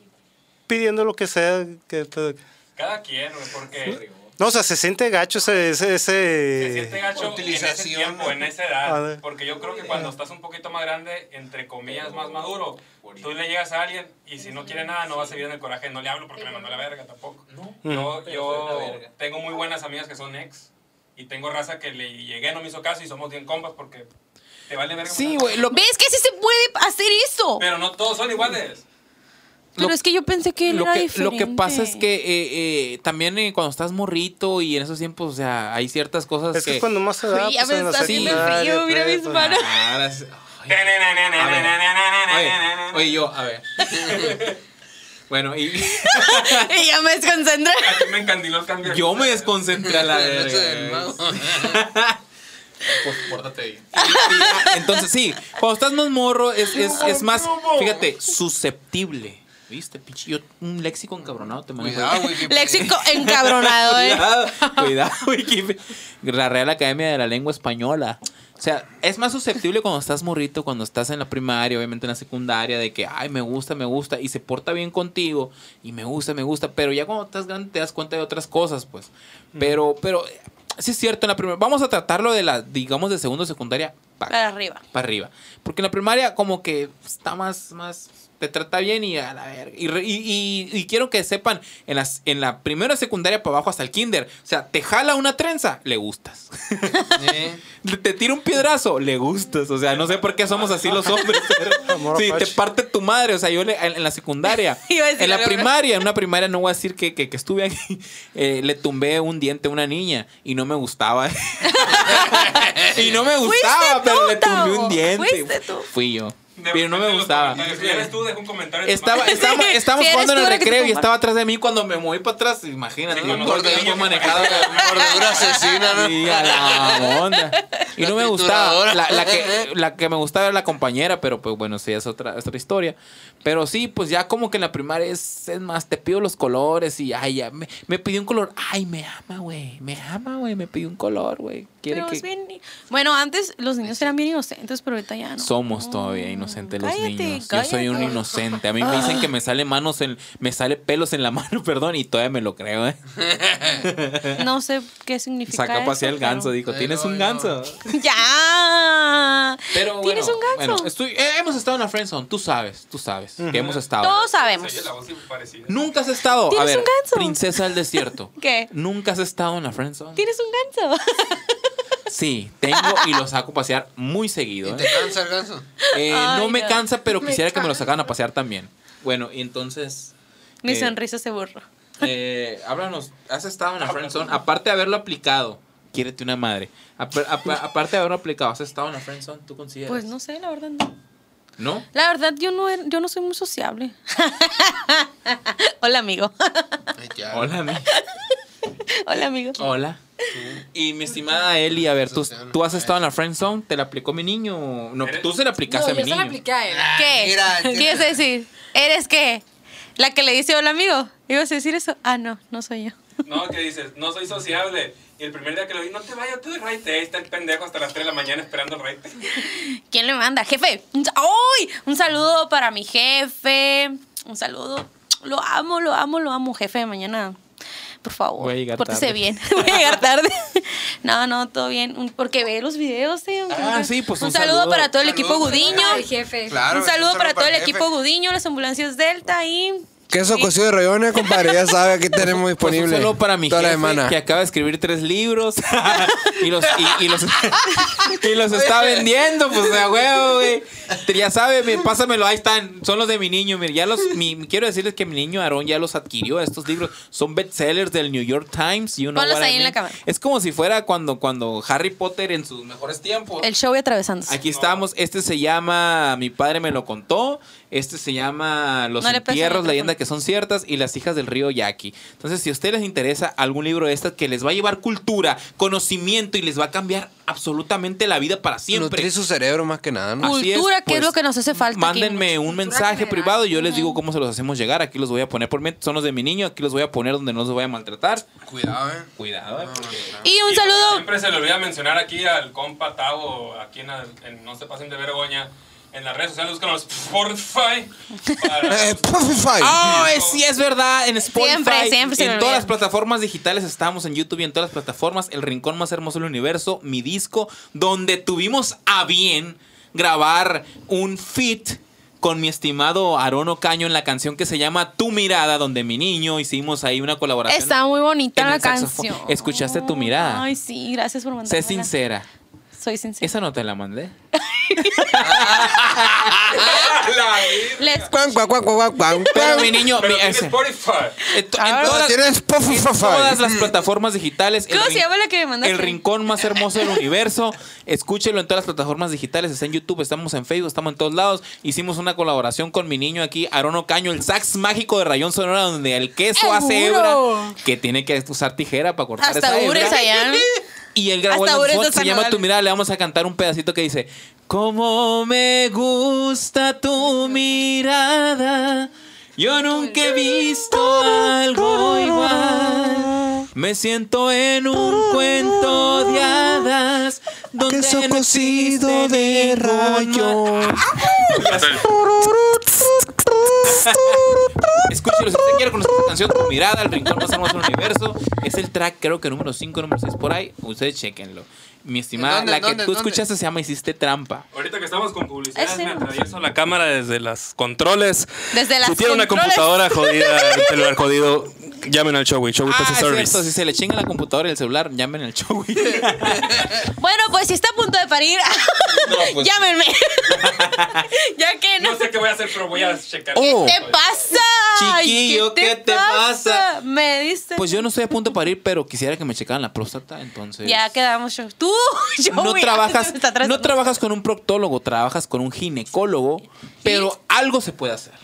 pidiendo lo que sea? Que, te- Cada quien, güey, porque no, o sea, se siente gacho ese... ese, ese- se siente gacho en ese Utilización. tiempo, en esa Eh, A edad. ver. Porque yo creo que cuando estás un poquito más grande, entre comillas, más maduro, tú le llegas a alguien y si no quiere nada, no vas a vivir en el coraje. No le hablo porque me mandó a la verga tampoco. Yo, yo tengo muy buenas amigas que son ex y tengo raza que le llegué, no me hizo caso y somos bien compas porque te vale verga. Sí, güey. Lo, ¿Ves que sí se puede hacer eso? Pero no todos son iguales. Pero lo- es que yo pensé que él lo era que, lo diferente. que pasa es que eh, eh, también eh, cuando estás morrito y en esos tiempos, o sea, hay ciertas cosas Es que que. es cuando más se da, Uy, ya pues, me en la está haciendo secundaria, pues, frío, mira mis prepa. manos. Ah, ahora sí. Ay, oye, oye, yo, a [LAUGHS] ver. Bueno, y [LAUGHS] y ya me desconcentré. Aquí me encandiló el cambio. yo me desconcentré a la Noche del verga. mago. güey. [LAUGHS] Pues pórtate bien. Entonces, sí, cuando estás más morro, es, es, es más, fíjate, susceptible. ¿Viste, pinche? Yo, un léxico encabronado te manejo. Cuidado, güey. Léxico encabronado, ¿eh? Cuidado, cuidado, Wikipedia. La Real Academia de la Lengua Española. O sea, es más susceptible cuando estás morrito, cuando estás en la primaria, obviamente en la secundaria, de que, ay, me gusta, me gusta, y se porta bien contigo, y me gusta, me gusta, pero ya cuando estás grande te das cuenta de otras cosas, pues. Pero, pero, eh, sí es cierto, en la primaria, vamos a tratarlo de la, digamos, de segundo, secundaria, pa- Para arriba. para arriba. Porque en la primaria como que está más, más, te trata bien y a la verga. Y, re- y- y- y quiero que sepan, en, las, en la primera secundaria para abajo hasta el kinder, o sea, te jala una trenza, le [LAUGHS] gustas. Eh, Te tira un piedrazo, le gustas. O sea, no sé por qué somos así los [LAUGHS] hombres. Amor Si te apache. parte tu madre, o sea, yo le- en, en la secundaria, [LAUGHS] Iba a decir en la algo, ¿verdad? primaria, en una primaria no voy a decir que, que- que estuve aquí, [LAUGHS] eh, le tumbé un diente a una niña y no me gustaba. y no me gustaba, Fuiste pero tú, le tumbé Tavo. un diente. Fuiste tú. Fui yo. De Pero no repente me los gustaba. comentarios, Si eres tú, deja un comentario. en tu Estaba, madre. estábamos estábamos Sí, eres jugando en tú el la que te recreo y tumbaron. estaba atrás de mí cuando me moví para atrás. Imagínate, Sí, no, con porque los yo dedos manejado. [LAUGHS] Mordedura [LAUGHS] asesina, [LAUGHS] ¿no? Y a la onda. Y La no me gustaba. trituradora. La, la que, la que me gustaba era la compañera, pero pues bueno, sí, es otra, es otra historia. Pero sí, pues ya como que en la primaria es, es más, te pido los colores y ay, ya, me, me pidió un color. Ay, me ama, güey. Me ama, güey. Me pidió un color, güey. Quiere Pero que. es bien- Bueno, antes los niños eran bien inocentes, pero ahorita ya no. Somos todavía inocentes los Cállate, niños. cállate. Yo soy un inocente. A mí me dicen que me sale manos en, me sale pelos en la [LAUGHS] mano, perdón, y todavía me lo creo, eh. No sé qué significa. Saca eso, para hacia el pero- ganso, dijo, Pero tienes un no. ganso. [LAUGHS] Ya. Pero Tienes bueno, un ganso. bueno, estoy- eh, hemos estado en la friendzone, tú sabes, tú sabes que hemos estado. Todos sabemos. Se oye la voz y parecida. Nunca has estado, a ¿Tienes ver, un ganso? princesa del desierto. [LAUGHS] ¿Qué? Nunca has estado en la friendzone. Tienes [LAUGHS] un ganso. Sí, tengo y lo saco a pasear muy seguido. ¿Y ¿eh? [LAUGHS] te cansa el ganso? Eh, Ay, no me no. cansa, pero quisiera que me lo sacaran a pasear también. Bueno, y entonces. Mi eh, sonrisa se borró. Eh, háblanos, has estado en la [LAUGHS] friendzone, aparte de haberlo aplicado, quiérete una madre. Ap- ap- aparte de haberlo aplicado, has estado en la friendzone, ¿tú consideras? Pues no sé, la verdad no. ¿No? La verdad, yo no, era- yo no soy muy sociable. [LAUGHS] Hola, amigo. Ay, ya. Hola, mi- [LAUGHS] Hola, amigo. Hola. Y mi estimada Eli, Pues, a ver, ¿tú, Social. tú has estado en la friendzone? ¿Te la aplicó mi niño? No, tú se la aplicaste No, a mi yo se la niño. apliqué a él. Ah, ¿Qué? Mira, ¿Qué ibas a decir? ¿Eres qué? ¿La que le dice hola, amigo? ¿Ibas a decir eso? Ah, no, no soy yo. No, que dices, no soy sociable. Y el primer día que lo vi, no te vayas tú de raite. Ahí está el pendejo hasta las 3 de la mañana esperando el raite. ¿Quién le manda? Jefe. Un sa- ¡Ay! Un saludo para mi jefe. Un saludo. Lo amo, lo amo, lo amo, jefe. Mañana, por favor. Voy a llegar pórtese tarde. bien. [LAUGHS] Voy a llegar tarde. no, no, todo bien. Un- Porque ve los videos, sí. Ah, sí, pues, Un, un saludo, saludo. para todo el Saludo equipo para- Gudiño. El jefe. Claro, un saludo para todo el jefe. equipo Gudiño, las ambulancias Delta y [LAUGHS] Queso cocido de rayones, compadre, ya sabe, aquí tenemos Pues disponible. un saludo para mi toda la jefe semana. que acaba de escribir tres libros [LAUGHS] y los, y, y [LAUGHS] los, y los está eh. vendiendo, pues de a huevo, güey. Ya sabe, mi- pásamelo, ahí están, son los de mi niño. mire, ya los, mi- quiero decirles que mi niño Aarón ya los adquirió, estos libros son bestsellers del New York Times. You know Ponlos what I ahí en la mean. cámara. Es como si fuera cuando, cuando Harry Potter en sus mejores tiempos. El show y atravesándose. Aquí estamos. Este se llama Mi padre me lo contó. Este se llama Los No le pesa entierros, el micrófono. leyendas que son ciertas y Las hijas del río Yaqui. Entonces, si a ustedes les interesa algún libro de estas que les va a llevar cultura, conocimiento y les va a cambiar absolutamente la vida para siempre. Nutrir su cerebro más que nada, ¿no? Así pues, Cultura, que es lo que nos hace falta aquí. Mándenme un Cultura mensaje general. privado y yo les digo cómo se los hacemos llegar. Aquí los voy a poner por mí. Son los de mi niño. Aquí los voy a poner donde no se vaya a maltratar. Cuidado, eh. Cuidado, eh, porque- Y un saludo. Siempre se le olvida mencionar aquí al compa Tavo, aquí en, el- en No se pasen de vergüenza. En las redes sociales buscan los [LAUGHS] Spotify. para- Eh, Spotify. Oh, es- sí, es verdad. En Spotify. Siempre, siempre se me En olvida. todas las plataformas digitales estamos. En YouTube y en todas las plataformas. El rincón más hermoso del universo. Mi disco. Donde tuvimos a bien grabar un fit con mi estimado Aarón Ocaño en la canción que se llama Tu mirada. Donde mi niño hicimos ahí una colaboración. Está muy bonita en la el saxofón. canción. Escuchaste tu mirada. Ay, sí, gracias por mandarme. Sé sincera. Soy sincera. Esa no te la mandé. Les- Cuan, cuan, cuan, cuan, cuan, Pero mi cuan. niño, Pero mi- tiene ese. Spotify. En to- en Ahora- todas- Tienes Spotify. en todas las plataformas digitales. el ¿Cómo se rin- llama la que me mandaste? El rincón [LAUGHS] más hermoso del universo. Escúchelo en todas las plataformas digitales. Está en YouTube, estamos en Facebook, estamos en todos lados. Hicimos una colaboración con mi niño aquí, Aaron Ocaño, el sax mágico de Rayón Sonora, donde el queso hace ¡Seguro! hebra, que tiene que usar tijera para cortar Hasta esa hebra. Ures allá. [LAUGHS] Y él grabó Hasta el ahora es Unfold, de se San llama Nodal. Tu mirada, le vamos a cantar un pedacito que dice, Cómo me gusta tu mirada, yo nunca he visto algo igual. Me siento en un cuento de hadas donde Queso no cocido existe de ningún rayón. mal". Escúchelo si usted quiere conocer esta canción, Tu mirada, el rincón más hermoso del universo. Es el track, creo que número 5, número 6 por ahí. Ustedes chequenlo. Mi estimada, ¿Dónde, la que dónde, tú dónde? escuchaste se llama Hiciste Trampa. Ahorita que estamos con publicidad, Ese me no. atravieso la cámara desde las controles. Desde las Si tiene una controles. computadora jodida, el celular jodido, llamen al Showy. Showy Ah, Pesa es Service. cierto, si se le chinga la computadora y el celular, llamen al show. güey. Bueno, pues si está a punto de parir, [LAUGHS] pues, [LAUGHS] llámenme. ya que no. No sé qué voy a hacer, pero voy a checar. [LAUGHS] Oh. ¿Qué te pasa? Ay, Chiquillo, ¿qué te pasa? Me dice. Pues yo no estoy a punto de parir, pero quisiera que me checaran la próstata, entonces. Ya quedamos yo. Tú, [LAUGHS] yo. no güey, trabajas, [LAUGHS] está atrás. no trabajas con un proctólogo, trabajas con un ginecólogo, pero algo se puede hacer.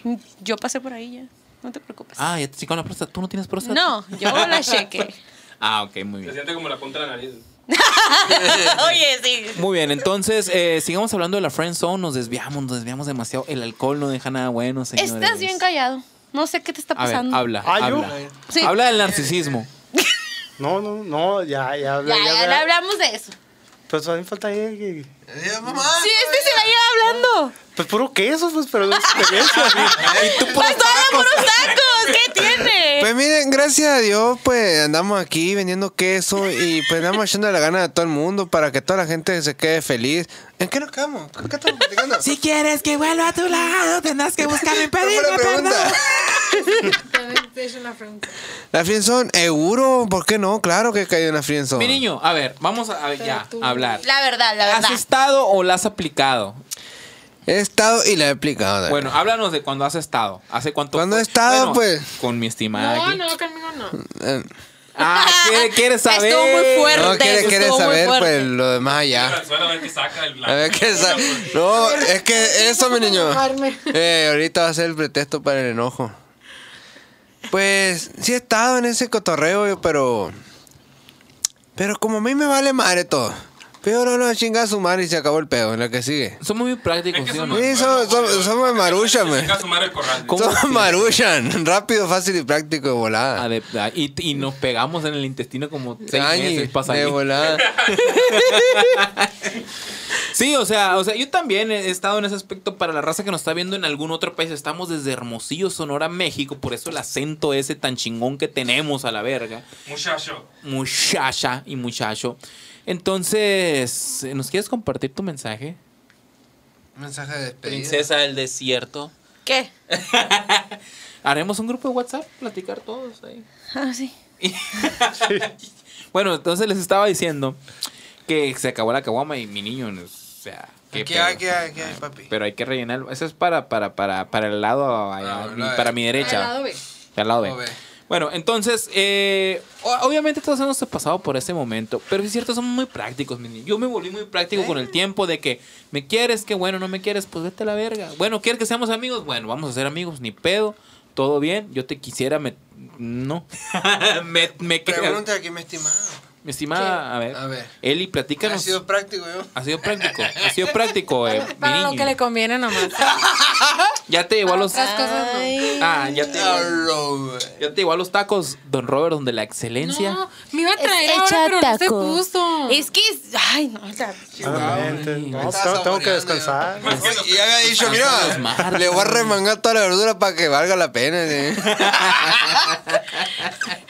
Yo pasé por ahí ya. No te preocupes. Ah, ya te checaron la próstata. ¿Tú no tienes próstata? No, yo la chequé. Ah, ok, muy Se bien. siente como la punta de la nariz. Oye, sí. Muy bien, entonces eh, sigamos hablando de la friend zone, nos desviamos, nos desviamos demasiado. El alcohol no deja nada bueno, señores. Estás bien callado. No sé qué te está A ver, pasando. habla, Ah, ¿yo? habla. Sí. Habla del narcisismo. No, no, no, ya, ya hablé. Ya, Ya, ya, hablé. hablamos de eso. Pues a mí falta ahí, eh, Eh, mamá. Sí, este se la lleva hablando. Pues puro queso, pues, pero no es experiencia. Ay, tú puros Pasada por tacos. unos tacos. ¿Qué tiene? Pues miren, gracias a Dios, pues andamos aquí vendiendo queso y pues andamos echando la gana de todo el mundo para que toda la gente se quede feliz. ¿En qué nos quedamos? ¿Qué estamos platicando? Si quieres que vuelva a tu lado, tendrás que [LAUGHS] buscarme y ¿Cuál fue pedirme la pregunta? perdón. También te he hecho una pregunta. La friendzone, seguro, ¿por qué no? Claro que he caído en la friendzone. Mi niño, a ver, vamos a, a- ya, a hablar. La verdad, la ¿Has verdad. estado o la has aplicado? He estado y la he aplicado. Bueno, háblanos de cuando has estado. ¿Hace cuánto? ¿Cuándo he fue? estado, pues? Con mi estimada. No, aquí. no, conmigo no. Eh, Ah, [LAUGHS] ¿quiere- ¿quieres Estuvo saber? muy fuerte. no quiere, estuvo quiere muy saber fuerte. pues lo demás allá. Al suelo, a ver qué saca el A ver qué sa- pues, No, es que eso, mi niño. Enojarme. Eh, ahorita va a ser el pretexto para el enojo. Pues sí he estado en ese cotorreo, yo, pero. Pero como a mí me vale madre todo. Pero no, no, chinga a su madre y se acabó el pedo, en la que sigue. Somos muy prácticos, Es que ¿sí o no? somos- Sí, so- so- somos maruchan, Se me. saca su madre el corral. ¿Cómo [LAUGHS] Somos que? maruchan. Rápido, fácil y práctico de Ah, volada. de- ah, y, y nos pegamos en el intestino como seis Ay, meses pasa de ahí. [LAUGHS] volada. Sí, o sea, o sea, yo también he estado en ese aspecto para la raza que nos está viendo en algún otro país. Estamos desde Hermosillo, Sonora, México, por eso el acento ese tan chingón que tenemos a la verga. Muchacho. Muchacha y muchacho. Entonces, ¿nos quieres compartir tu mensaje? Mensaje de despedida. Princesa del desierto. ¿Qué? Haremos un grupo de WhatsApp, platicar todos ahí. Ah, sí. Bueno, entonces les estaba diciendo que se acabó la caguama y mi niño, o sea, qué Aquí pedo. hay, aquí hay, aquí hay, papi. Pero hay que rellenar. Eso es para, para, para, para el lado, allá, Ah, mi- la- para mi derecha. Al lado B. Al lado Lado B. B. Bueno, entonces, eh, o- obviamente todos hemos pasado por ese momento, pero es cierto, somos muy prácticos, mi niño. Yo me volví muy práctico con el tiempo de que me quieres, que bueno, no me quieres, pues vete a la verga. Bueno, ¿quieres que seamos amigos? Bueno, vamos a ser amigos, ni pedo, todo bien. Yo te quisiera, me... No. [LAUGHS] me, me quedas- Pregúntate aquí, mi estimado. Mi estimada, a ver, A ver. Eli, platícanos. Ha sido práctico yo. Ha sido práctico, ha [LAUGHS] sido práctico, eh, mi Para lo niño. que le conviene nomás. Ya te llevó a los... Otras cosas no. Ah, ya te, Hello, ya te llevó a los tacos, don Robert, donde la excelencia... No, me iba a traer Es hecha ahora, pero no se taco. puso. Es que. es- Ay, no. o sea, Solamente. Me No, estaba tengo- tengo que saboreando, descansar. yo. Y ya había pues, dicho, mira, le voy a remangar toda la verdura para que valga la pena. [LAUGHS] ¿eh? ¿sí? [LAUGHS]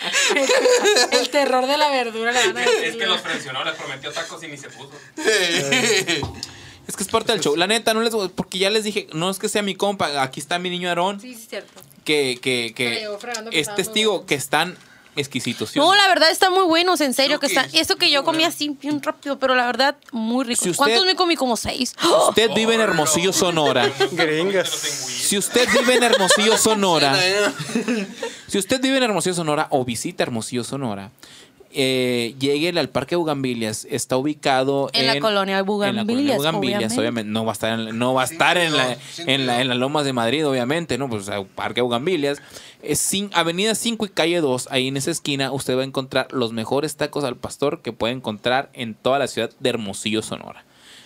El terror de la verdura. Le van a Es, es decir. que los presionó, les prometió tacos y ni se puso. Es que es parte del show. La neta, no les porque ya les dije, no es que sea mi compa, aquí está mi niño Aarón, Sí, sí, cierto. que, que, Me que llegó fregando, es estaba muy testigo bueno. que están exquisitos. ¿sí o No, no? la verdad está muy buenos, en serio Creo que que están. sí, Esto que yo comí así bien rápido, pero la verdad muy rico. Si usted- ¿Cuántos me comí? Como seis. Usted vive en Hermosillo, [LAUGHS] Sonora. Pues Gringas. Si usted vive en Hermosillo, Sonora, si usted vive en Hermosillo, Sonora o visita Hermosillo, Sonora, eh, lléguele al Parque Bugambilias. Está ubicado En la colonia en la colonia Bugambilias, Bugambilias, obviamente. obviamente. No va a estar en, no va a Sin estar en, cuidado, la, en, sin la, cuidado. en las Lomas de Madrid, obviamente, ¿no? Pues o sea, Parque Bugambilias. Es cin- avenida 5 y calle 2, ahí en esa esquina, usted va a encontrar los mejores tacos al pastor que puede encontrar en toda la ciudad de Hermosillo, Sonora.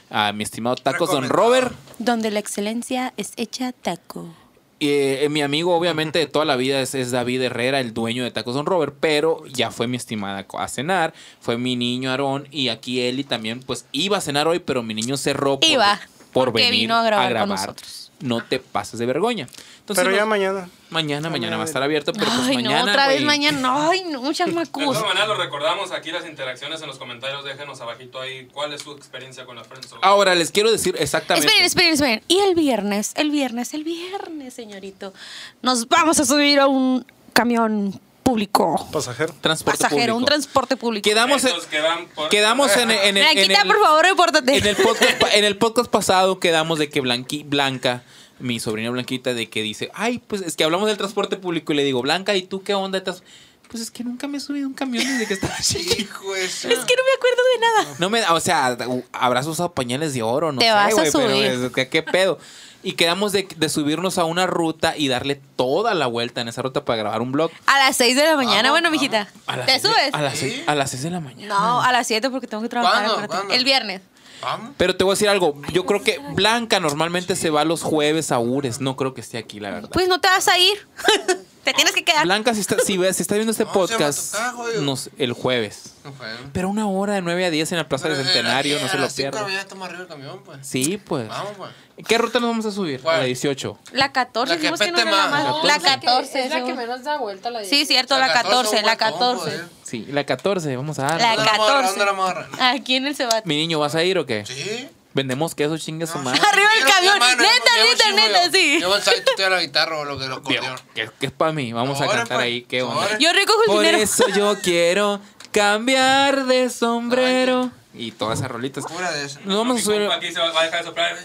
A mi estimado Tacos Don Recomendado. Robert. ¡Oh! Donde la excelencia es hecha taco. Y, eh, mi amigo, obviamente, de toda la vida es, es David Herrera, el dueño de Tacos Don Robert, pero ya fue mi estimada co- a cenar, fue mi niño Aarón y aquí Eli también, pues iba a cenar hoy, pero mi niño cerró por, Iba, por porque venir vino a grabar con nosotros. No te pases de vergüenza. Entonces, Pero ya nos- mañana. mañana, mañana va a estar abierto, pero pues Ay, mañana. no, otra vez güey. mañana. No, Ay, no, De chamacos. todas maneras, lo recordamos aquí las interacciones en los comentarios. Déjenos abajito ahí cuál es su experiencia con la Friendzone. Ahora les quiero decir exactamente. Esperen, esperen, esperen. Y el viernes, el viernes, el viernes, señorito. Nos vamos a subir a un camión público. Pasajero. Transporte Pasajero, un público. transporte público. Quedamos en, Esos que van por- quedamos en, en el. en Blanquita, el- por favor, repórtate. En el podcast, pa- en el podcast pasado quedamos de que Blanqui, Blanca, mi sobrina Blanquita, de que dice, ay, pues es que hablamos del transporte público y le digo, Blanca, ¿y tú qué onda? de trans-?" Pues es que nunca me he subido a un camión desde que [LAUGHS] estaba chiquita. Hijo de su- [LAUGHS] Es que no me acuerdo de nada. No me, o sea, habrás usado pañales de oro, no Te sé, vas a güey, pero subir. es que, ¿qué pedo? Y quedamos de, de subirnos a una ruta y darle toda la vuelta en esa ruta para grabar un blog. A las 6 de la mañana, bueno, mijita. A las ¿Te seis de- subes? A las, seis, a las seis de la mañana. No, a las 7 porque tengo que trabajar. ¿Cuándo? acuérdate. ¿Cuándo? El viernes. Vamos. Pero te voy a decir algo. Yo creo que Blanca normalmente se va los jueves a Ures. No creo que esté aquí, la verdad. Pues no te vas a ir. [LAUGHS] te tienes que quedar. Blanca, si está, si, ves, si está viendo este [LAUGHS] No, se llama podcast, Tocayo, güey. nos, el jueves. No fue, ¿no? Pero una hora de 9 a 10 en la Plaza Eh, del Centenario, no se lo pierdan. Ya estamos arriba del camión, pues. Sí, pues. Vamos, pues. ¿Qué ruta nos vamos a subir? ¿Cuál? La 18. La 14, La que dijimos que no apete era la más. más. No, La es que- 14, Es la que según. menos da vuelta la Sí, cierto, la 14, la eh. 14. Sí, la 14, vamos a dar. La La 14. 14. ¿Dónde la morra? Aquí en el Cebate. Mi niño, ¿vas a ir o qué? Sí. Vendemos queso, chingue su madre. Arriba el Yo, camión. hermano, Neta, yo- yo neta, chingo neta, yo. sí. Yo pensaba que tú te la guitarra o lo que lo corrió. Que, que es para mí. Vamos a Ahora, cantar pues, ahí. ¿Qué onda? ahora. Yo recojo el Por dinero. eso yo quiero cambiar de sombrero. Y todas esas rolitas. Pura de esa. Nos vamos a Mi subir. compa Aquí se va, va a dejar de soplar.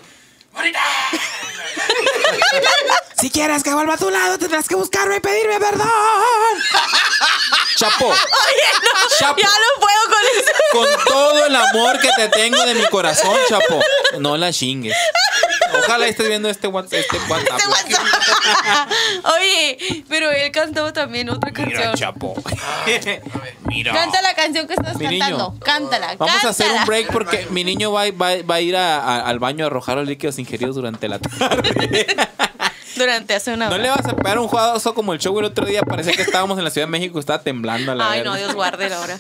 ¡Bonita! Si quieres que vuelva a tu lado, tendrás que buscarme y pedirme perdón. [LAUGHS] Chapo, Chapo. Ya no puedo con eso. con todo el amor que te tengo de mi corazón, Chapo, no la chingues. Ojalá estés viendo este WhatsApp. Este WhatsApp. [LAUGHS] Oye, pero él cantó también otra Mira, canción. Chapo. Mira. Canta la canción que estás Mi cantando. niño. Cántala, [LAUGHS] Vamos a cántala. hacer un break porque mi niño va, va- va a ir a- a- al baño a arrojar los líquidos ingeridos durante la tarde. Durante hace una No hora. le vas a pegar un jugadoso como el show el otro día. Parecía que estábamos en la Ciudad de México y estaba temblando a la Ay, verga. no, Dios guarde la hora.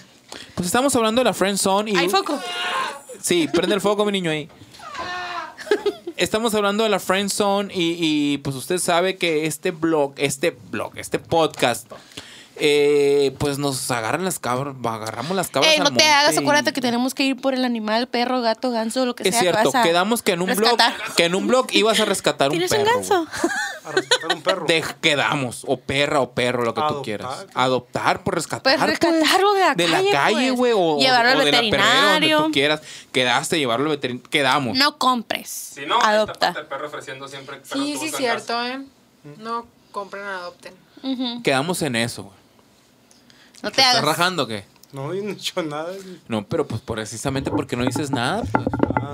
Pues estamos hablando de la Friend Zone. Y Ay, foco. Sí, prende el foco, mi niño ahí. Estamos hablando de la Friend Zone y, y, pues usted sabe que este blog, este blog, este podcast, eh, pues nos agarran las cabras, agarramos las cabras. Ey, eh, no al te monte hagas, y- acuérdate que tenemos que ir por el animal, perro, gato, ganso, lo que Es sea. cierto, vas a quedamos que en un blog, rescatar. que en un blog ibas a rescatar un ¿Tienes perro. un ganso? güey. a rescatar un perro. Te quedamos, o perra, o perro, lo que tú Adoptar. quieras. Adoptar por rescatar. Pues rescatarlo de la calle, pues. güey, o, o- Llevarlo al o de la perrera, donde tú veterinario. quieras. Quedaste, llevarlo al veterinario. Quedamos. No compres. Si no, adopta. el perro ofreciendo siempre. perros Sí, que sí, buscan cierto, casa. ¿eh? No compren, adopten. Quedamos en eso, güey. No te ¿Te estás hagas. rajando o qué? No, yo no he hecho nada. No, pero pues precisamente porque no dices nada. pues.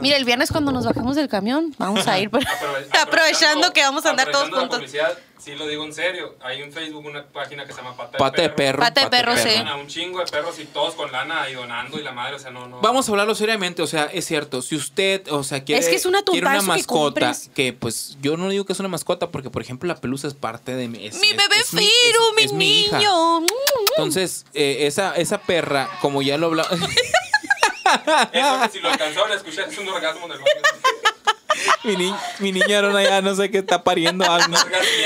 Mira, el viernes cuando nos bajemos del camión, vamos a ir. por- Aprove- [LAUGHS] aprovechando que vamos a andar todos aprovechando la juntos. publicidad, sí lo digo en serio. Hay en Facebook una página que se llama Pata, Pata de perro. Pata de perro, sí. Donan A un chingo de perros y todos con lana ahí donando y la madre, o sea, no, no. Vamos a hablarlo seriamente, o sea, es cierto, si usted, o sea, quiere, Es que es una quiere una tumbazo que mascota, compres. que, pues yo no digo que es una mascota, porque por ejemplo la pelusa es parte de mi... es- Mi es- bebé es Firu, mi, es- es hija. niño. Mm, Entonces, eh, esa, esa perra, como ya lo hablaba... [LAUGHS] Eso que si lo alcanzaron a escuchar es un orgasmo del hombre. mi, ni- mi niña Arona ya no sé qué está pariendo algo.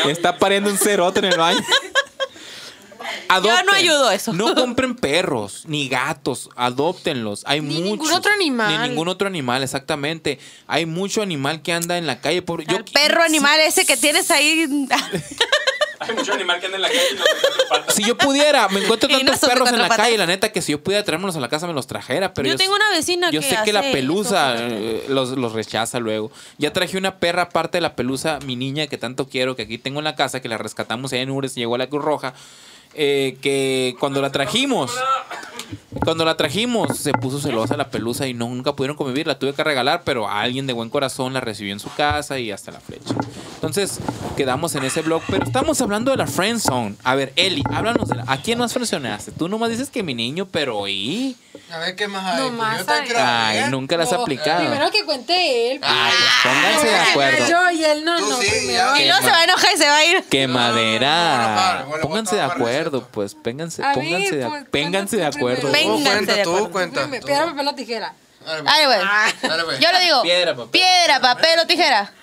Está pariendo un cerote en el baño. Yo no ayudo a eso. No compren perros ni gatos, adóptenlos. Hay Ni muchos. ningún otro animal. Ni ningún otro animal, exactamente. Hay mucho animal que anda en la calle. Pobre, yo El qui- perro animal ese que tienes ahí. Hay mucho animal que anda en la calle y no se hace [LAUGHS] falta. Si yo pudiera, me encuentro [LAUGHS] Y no tantos son de perros en cuatro la patas. calle, la neta, que si yo pudiera traérmelos a la casa me los trajera. Pero Yo tengo una vecina yo que sé que la hace pelusa eso, fíjate. eh, los, los rechaza luego. Ya traje una perra aparte de la pelusa, mi niña que tanto quiero, que aquí tengo en la casa, que la rescatamos allá en Ures, llegó a la Cruz Roja. eh, que cuando la trajimos, cuando la trajimos, se puso celosa la pelusa y no, nunca pudieron convivir. La tuve que regalar, pero a alguien de buen corazón la recibió en su casa y hasta la flecha. Entonces, quedamos en ese blog, pero estamos hablando de la friend zone. A ver, Eli, háblanos de la. ¿A quién más frenzoneaste? Tú nomás dices que mi niño, pero ¿y? A ver qué más hay. No pues, más yo te hay. quiero Ay, ver. nunca las has No, aplicado. Primero que cuente él. Ay, pues, pónganse de Primero que acuerdo. Yo y él no, Tú no. sí, primero ya. Y él. no se va a enojar y se va a ir. ¡Qué No, no, no, madera! no, no, no, pónganse de no, no, no, no, acuerdo, no, no. pues, pónganse, A ver, pónganse, de, pues, pónganse de cuéntanos tú acuerdo. primero. Tú Vénganse de cuenta, acuerdo. tú cuenta. Dime, tú. Piedra, papel o tijera. Dale, pues. Ay, güey. Dale, pues. Yo le digo: Piedra, papel. piedra, papel o tijera.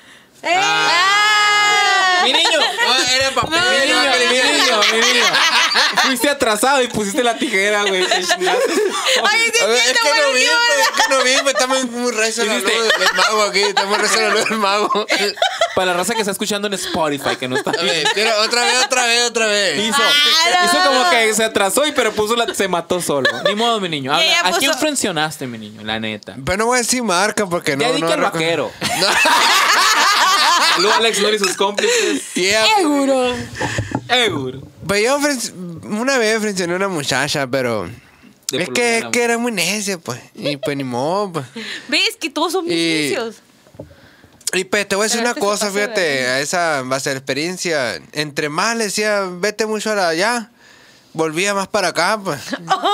Eh. Ah. ¡Mi niño! No, era papel. Mi niño, papel. mi niño, mi niño. Fuiste atrasado y pusiste la tijera, güey. Te chingaste. Ay, sí, A ver, es siento, que no güey, vi, sí, pues, es que no vi, pues, estamos muy rezo la luz Hiciste- del mago aquí, estamos rezo la luz del mago. Para la raza que está escuchando en Spotify, que no está A ver, quiero otra vez, otra vez, otra vez. Hizo, Ah, no. hizo como que se atrasó y pero puso la, se mató solo. Ni modo, mi niño. Y Habla, ella ¿A quién puso- frencionaste, mi niño? La neta. Pero no voy a decir marca porque no. Ya di no que el recuerdo. vaquero. [LAUGHS] No. Saludos a Alex Nor y sus cómplices. Yeah. Eh. Seguro. Seguro. Pero pues, yo ofren- una vez frencioné a una muchacha, pero. De es que, es pulmonía. que era muy necia, pues. Y pues ni [LAUGHS] modo, pues. ¿Ves que todos son Y- vicios? Y pues te voy a decir Pero una este se cosa, pasó de fíjate, a esa base de experiencia. Entre más le decía, vete mucho a allá, volvía más para acá, pues.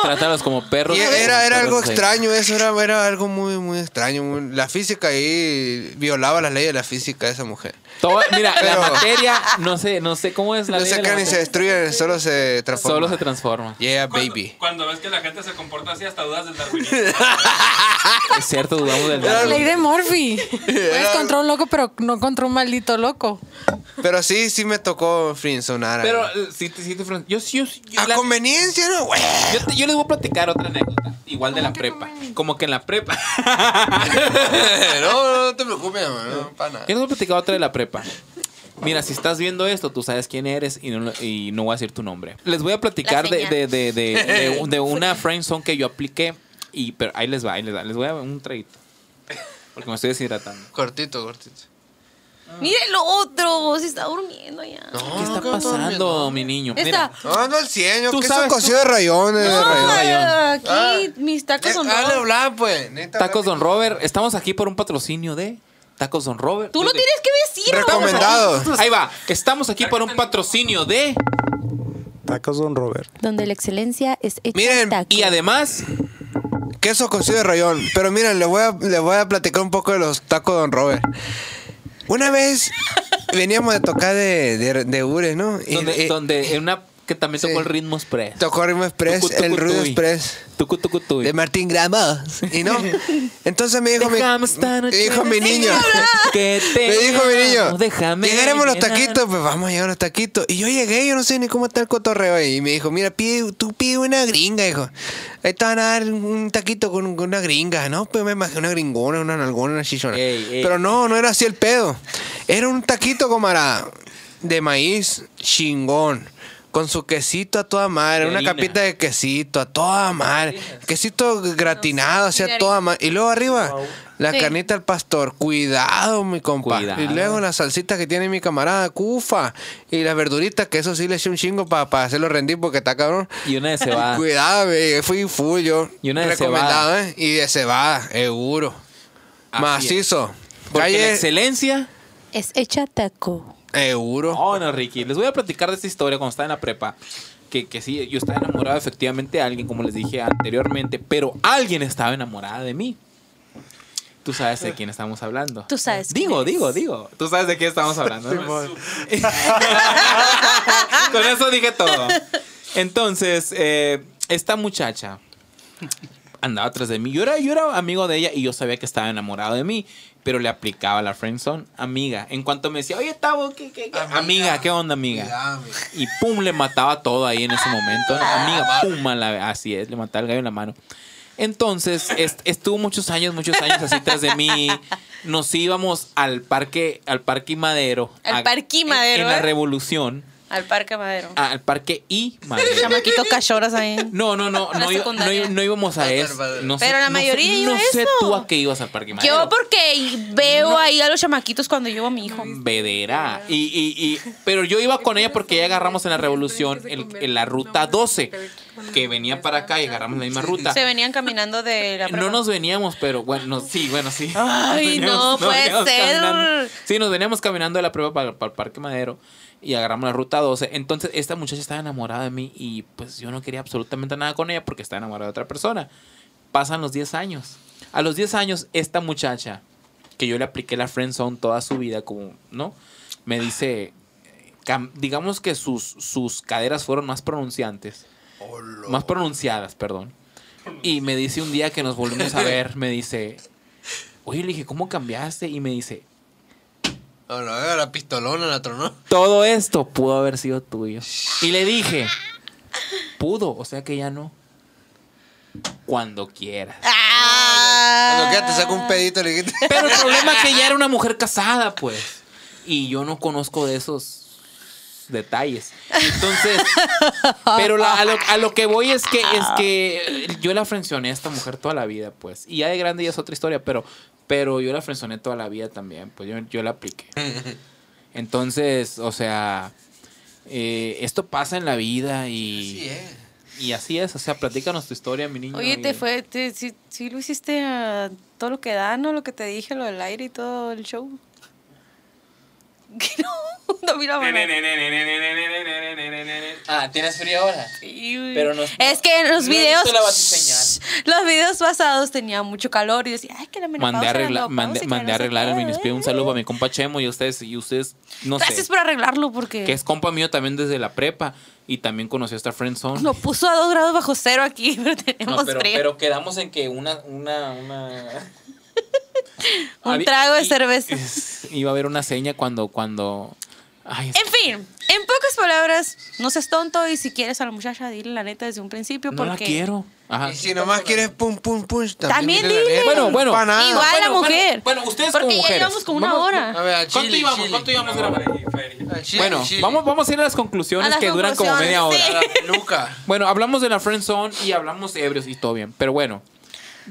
Trátalos como perros. Y como era, era perros algo de- extraño, eso era, era algo muy, muy extraño. muy- la física ahí violaba las leyes de la física esa mujer. Todo- mira, Pero- la materia, no sé, no sé cómo es la no ley se de la cae ni se materia. destruyen, solo se transforma. Solo se transforma. Yeah, Cuando- baby. Cuando ves que la gente se comporta así, hasta dudas del darwinismo. [LAUGHS] Es cierto, dudamos del Ley Darwin. [LAUGHS] de Morphy. Puedes contra un loco, pero no contra un maldito loco. Pero sí, sí me tocó frinzonar. ahí. Pero eh, sí, te- sí te fren- Yo sí, yo, sí- yo a la- [LAUGHS] conveniencia, ¿no? Güey. Yo, te- yo les voy a platicar otra anécdota, igual de la prepa. Como que en la [LAUGHS] prepa. no, no, no te preocupes, no, no, pana. Yo les voy a platicar otra de la prepa. Mira, si estás viendo esto, tú sabes quién eres y no, lo- y no voy a decir tu nombre. Les voy a platicar de, La señal. de, de, de, de un- [LAUGHS] de una friendzone que yo apliqué. Y, pero ahí les va, ahí les va. Les voy a dar un traguito. Porque me estoy deshidratando. Cortito, cortito. Mire el otro, se está durmiendo ya. No, ¿Qué está no, pasando, mi niño? Está. Mira, No, no al 100, Tú yo que sabes, son cocido de rayones. de No, rayones. aquí Ah. mis tacos Eh, son Dale, raros. hablar, pues. neta, Tacos hablar. Don Robert. Estamos aquí por un patrocinio de Tacos Don Robert. Tú lo Desde- tienes que decir. Recomendado. Ahí va. Estamos aquí por un patrocinio de. Tacos Don Robert. Donde la excelencia es hecha Miren, taco. Y además, Queso cocido de rayón. Pero miren, les voy, a, les voy a platicar un poco de los tacos Don Robert. Una vez veníamos de tocar de, de, de Ures, ¿no? Y- donde, y- donde en una que también tocó Eh, Sí. el ritmo express. tocó Ritmo Express, Tucu, tucu, el Ruido tuy. Express. Tucu, tucu, tuy. De Martín Gramos. Y [LAUGHS] no. Entonces me dijo mi, Déjame esta me noche dijo mi niño. que te [LAUGHS] Me dijo mi niño. amo, déjame Llegaremos los llenar". taquitos, pues vamos a llegar a los taquitos. Y yo llegué, yo no sé ni cómo está el cotorreo ahí. Y me dijo, mira, pide, tú pide una gringa, hijo. Ahí te van a dar un taquito con, con una gringa, ¿no? Pues me imaginé una gringona, una nalgona, una chichona. Ey, ey. Pero no, no era así el pedo. Era un taquito como a la- de maíz chingón. Con su quesito a toda madre, De una harina. capita de quesito a toda madre, quesito gratinado, así a toda madre. Y luego arriba, la Sí. carnita al pastor, cuidado, mi compa. Cuidado. Y luego la salsita que tiene mi camarada, cufa. Y las verduritas, que eso sí le eché un chingo para hacerlo rendir porque está cabrón. Y una de cebada. Cuidado, [LAUGHS] güey, fui full yo. Ah. Y una de Recomendado, ¿eh? Y de cebada, seguro. Así Macizo. Porque la Calle, excelencia. Es hecha taco. seguro. Oh, no, Ricky. Les voy a platicar de esta historia cuando estaba en la prepa. Que, que sí, yo estaba enamorado efectivamente de alguien, como les dije anteriormente, pero alguien estaba enamorada de mí. Tú sabes de quién estamos hablando. Tú sabes quién Digo, es. digo, digo. Tú sabes de quién estamos hablando. ¿no? Simón. [LAUGHS] Con eso dije todo. Entonces, eh, esta muchacha andaba atrás de mí. Yo era, yo era amigo de ella y yo sabía que estaba enamorado de mí, pero le aplicaba la friendzone. Amiga, en cuanto me decía, oye, Tavo, ¿qué, qué, qué? Amiga, ¿qué onda, amiga? Y pum, le mataba todo ahí en ese momento. Amiga, pum, a la- así es, le mataba el gallo en la mano. Entonces, est- estuvo muchos años, muchos años así tras de mí. Nos íbamos al parque, al parque y Madero. Al a- Parque y en- Madero, En, la ¿eh? Revolución. Al Parque Madero. Ah, al parque y Madero. Chamaquito cachoras ahí. No, no, no, [LAUGHS] La no, iba- no, secundaria. i- no íbamos a eso. No sé- Pero la no sé- mayoría iba No a sé eso. tú a qué ibas al parque [LAUGHS] Madero. Yo porque veo ahí a los chamaquitos cuando llevo a mi hijo. Vedera. Y, y, y, pero yo iba con ella porque ya agarramos en la revolución el- en la ruta 12, que venía para acá y agarramos la misma ruta. Se venían caminando de la Ah. No nos veníamos, pero bueno, no- sí, bueno, sí. Nos Ay, veníamos- no puede veníamos ser. caminando. Sí, nos veníamos caminando de la prueba para, para el Parque Madero y agarramos la ruta 12. Entonces, esta muchacha estaba enamorada de mí y pues yo no quería absolutamente nada con ella porque estaba enamorada de otra persona. Pasan los 10 años. A los 10 años, esta muchacha, que yo le apliqué la friend zone toda su vida, como, ¿no? Me dice, cam- digamos que sus, sus caderas fueron más pronunciantes. Más pronunciadas, perdón. Y me dice un día que nos volvimos a ver, me dice, oye, le dije, ¿cómo cambiaste? Y me dice, No, no, eh, la pistolona la tronó. todo esto pudo haber sido tuyo. Y le dije, pudo, o sea que ya no. Cuando quieras. Cuando queda te saca un pedito, le dijiste. Pero el problema es que ya era una mujer casada, pues. Y yo no conozco de esos detalles. Entonces, pero la- a, lo, a lo que voy es que es que yo la frencioné a esta mujer toda la vida, pues. Y ya de grande ya es otra historia, pero pero yo la frencioné toda la vida también, pues yo, yo la apliqué. Entonces, o sea, eh, esto pasa en la vida y y así es, o sea, platícanos tu historia, mi niño. Oye, te y- fue, te, sí, sí lo hiciste a todo lo que da, ¿no? Lo que te dije, lo del aire y todo el show. [LAUGHS] Que no, no mira, mano. Ah, ¿tienes frío ahora? Y- Pero nos- es que en los no he videos. visto la batiseñal. los videos pasados tenía mucho calor y decía, ay, que la menopausa, mandé a la arreglar, mandé, mandé a menopausa, que no sé arreglar el qué". minispío. Un saludo a mi compa Chemo y a ustedes, y ustedes, no eh. Gracias sé, por arreglarlo porque que es compa mío también desde la prepa y también conoció a esta friend zone. lo puso a dos grados bajo cero aquí, [LAUGHS] pero tenemos pero, frío. pero quedamos en que una, una, una. Un Había- trago de y- cerveza. es- [LAUGHS] Iba a haber una seña cuando, cuando. Ay, es- En fin, en pocas palabras, no seas tonto y si quieres a la muchacha, dile la neta desde un principio no la porque quiero. Ajá. Y si nomás quieres pum, pum, pum, También dile la dile. neta. Bueno, bueno. Pa' nada. Igual a la Bueno, bueno, mujer. bueno, ustedes Porque como ya mujeres. llevamos como una Vamos- hora. A ver, al ¿Cuánto chile, íbamos? chile. ¿Cuánto íbamos grabando? Al chile, Bueno, al chile. vamos, vamos a ir a las A conclusiones las que duran como conclusiones, media hora. sí. A la peluca. Bueno, hablamos de la friend zone y hablamos ebrios y todo bien. Pero bueno,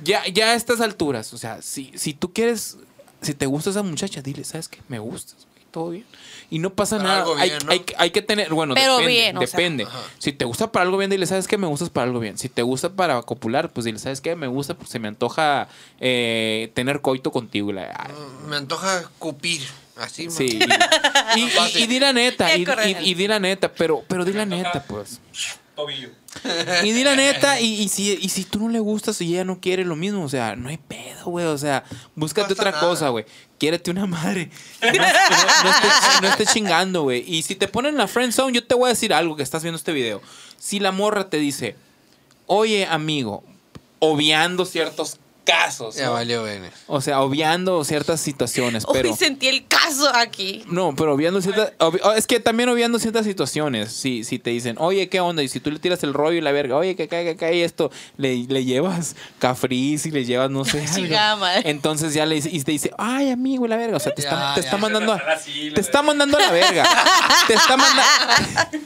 ya, ya a estas alturas, o sea, si, si tú quieres, si te gusta esa muchacha, dile, ¿sabes qué? Me gustas, güey, todo bien. Y no pasa Para nada. algo hay, bien, ¿no? hay que- hay que tener, bueno, Pero depende. bien, o sea. depende. Si te gusta para algo bien, dile, ¿sabes qué? Me gustas para algo bien. Si te gusta para copular, pues dile, ¿sabes qué? Me gusta, pues se me antoja eh, tener coito contigo. y la- ah, Me antoja cupir. Así, man. Sí. Y, y, y- y di la neta, y, y- y di la neta, pero, pero di la neta, pues. Tobillo. Y di la neta, y, y si, y si tú no le gustas y ella no quiere lo mismo, o sea, no hay pedo, güey. O sea, búscate pasa otra nada. cosa, güey. Quiérete una madre. No, no, no estés, no estés chingando, güey. Y si te ponen en la friend zone, yo te voy a decir algo que estás viendo este video. Si la morra te dice, oye, amigo, obviando ciertos casos. Ya ¿no? valió, Bene. O sea, obviando ciertas situaciones, pero. Hoy sentí el caso aquí. No, pero obviando ciertas. obvi- oh, es que también obviando ciertas situaciones. Si, si te dicen, oye, ¿qué onda? Y si tú le tiras el rollo y la verga, oye, que cae, que cae esto, le, le llevas cafriz y le llevas, no sé. algo. Chingada madre. Entonces ya le dice, y te dice, ay, amigo, la verga. O sea, te, Ya, está, te ya. está mandando. a- Sí, la te está mandando a la verga. te está mandando.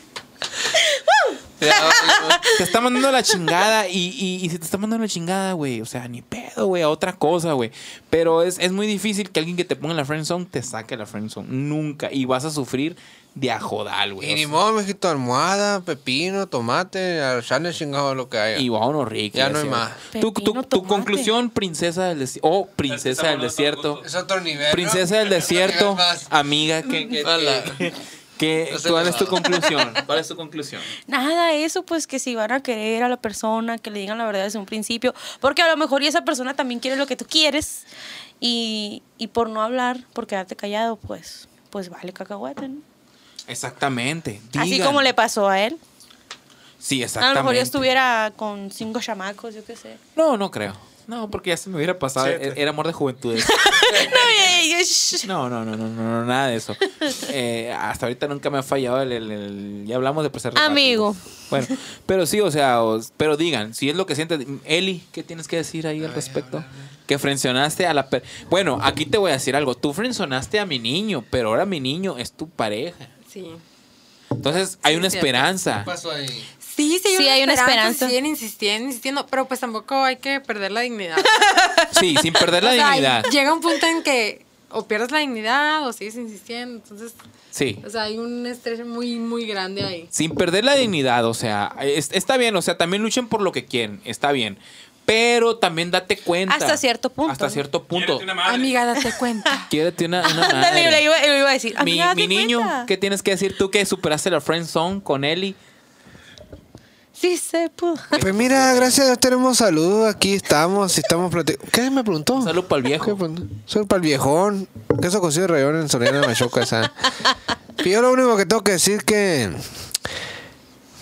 Ya valió. Te está mandando a la chingada y, y, y si te está mandando a la chingada, güey. O sea, ni pedo, güey, a otra cosa, güey. Pero es, es muy difícil que alguien que te ponga en la friend zone te saque la friend zone. Nunca. Y vas a sufrir de a jodal, güey. [LAUGHS] Y O ni sea, modo, mijito, almohada, pepino, tomate, al chale chingado lo que haya. y vámonos, Rick. Ya no hay decía. más. Tu, tu- Pepino, tu tomate. conclusión, princesa del desierto. O princesa del Estamos desierto. hablando de Es otro nivel. ¿no? Princesa del Es otro nivel desierto, más. amiga, que, que- Ala. que- que- No sé ¿cuál es nada. tu conclusión? ¿Cuál es tu conclusión? Nada, eso pues que si van a querer a la persona, que le digan la verdad desde un principio, porque a lo mejor y esa persona también quiere lo que tú quieres y, y por no hablar, por quedarte callado, pues pues vale cacahuate, ¿no? Exactamente. Así digan. como le pasó a él. Sí, A exactamente. lo mejor yo estuviera con cinco chamacos, yo qué sé. No, no creo. No, porque ya se me hubiera pasado. Siete. Era amor de juventud. [LAUGHS] No, y- y- shh. No, no, no, no, no, no, nada de eso. Eh, hasta ahorita nunca me ha fallado el, el- el- ya hablamos de preservativo. Amigo. Bueno, pero sí, o sea, os- pero digan, si es lo que sientes, Eli, ¿qué tienes que decir ahí al respecto? Que frencionaste a la per- Bueno, aquí te voy a decir algo, tú frencionaste a mi niño, pero ahora mi niño es tu pareja. Sí. Entonces, hay una cierto. esperanza. ¿Qué pasó ahí? Sí, sí, hay, Sí, una, hay una esperanza, esperanza. Siguen insistiendo, insistiendo, pero pues tampoco hay que perder la dignidad. Sí, sin perder la O sea, dignidad. [LAUGHS] Llega un punto en que o pierdes la dignidad o sigues insistiendo. Entonces, Sí. o sea, hay un estrés muy, muy grande ahí. Sin perder la dignidad, o sea, es- está bien, o sea, también luchen por lo que quieren, está bien. Pero también date cuenta. Hasta cierto punto, Hasta ¿no? cierto punto. Quiérete una madre. Amiga, date [LAUGHS] cuenta. Quiérete una, una Ándale, le madre. iba, le iba a decir. Mi, amiga, mi date niño, cuenta. ¿qué tienes que decir tú que superaste la friend zone con Eli? Sí se pudo. Pues mira, gracias a Dios tenemos salud. Aquí estamos, estamos platicando. ¿Qué me preguntó? Un saludo pa'l viejo. [LAUGHS] Salud para el pues, viejón. Que eso consigue rayón en Soriana de Machuca, esa. Y yo lo único que tengo que decir que.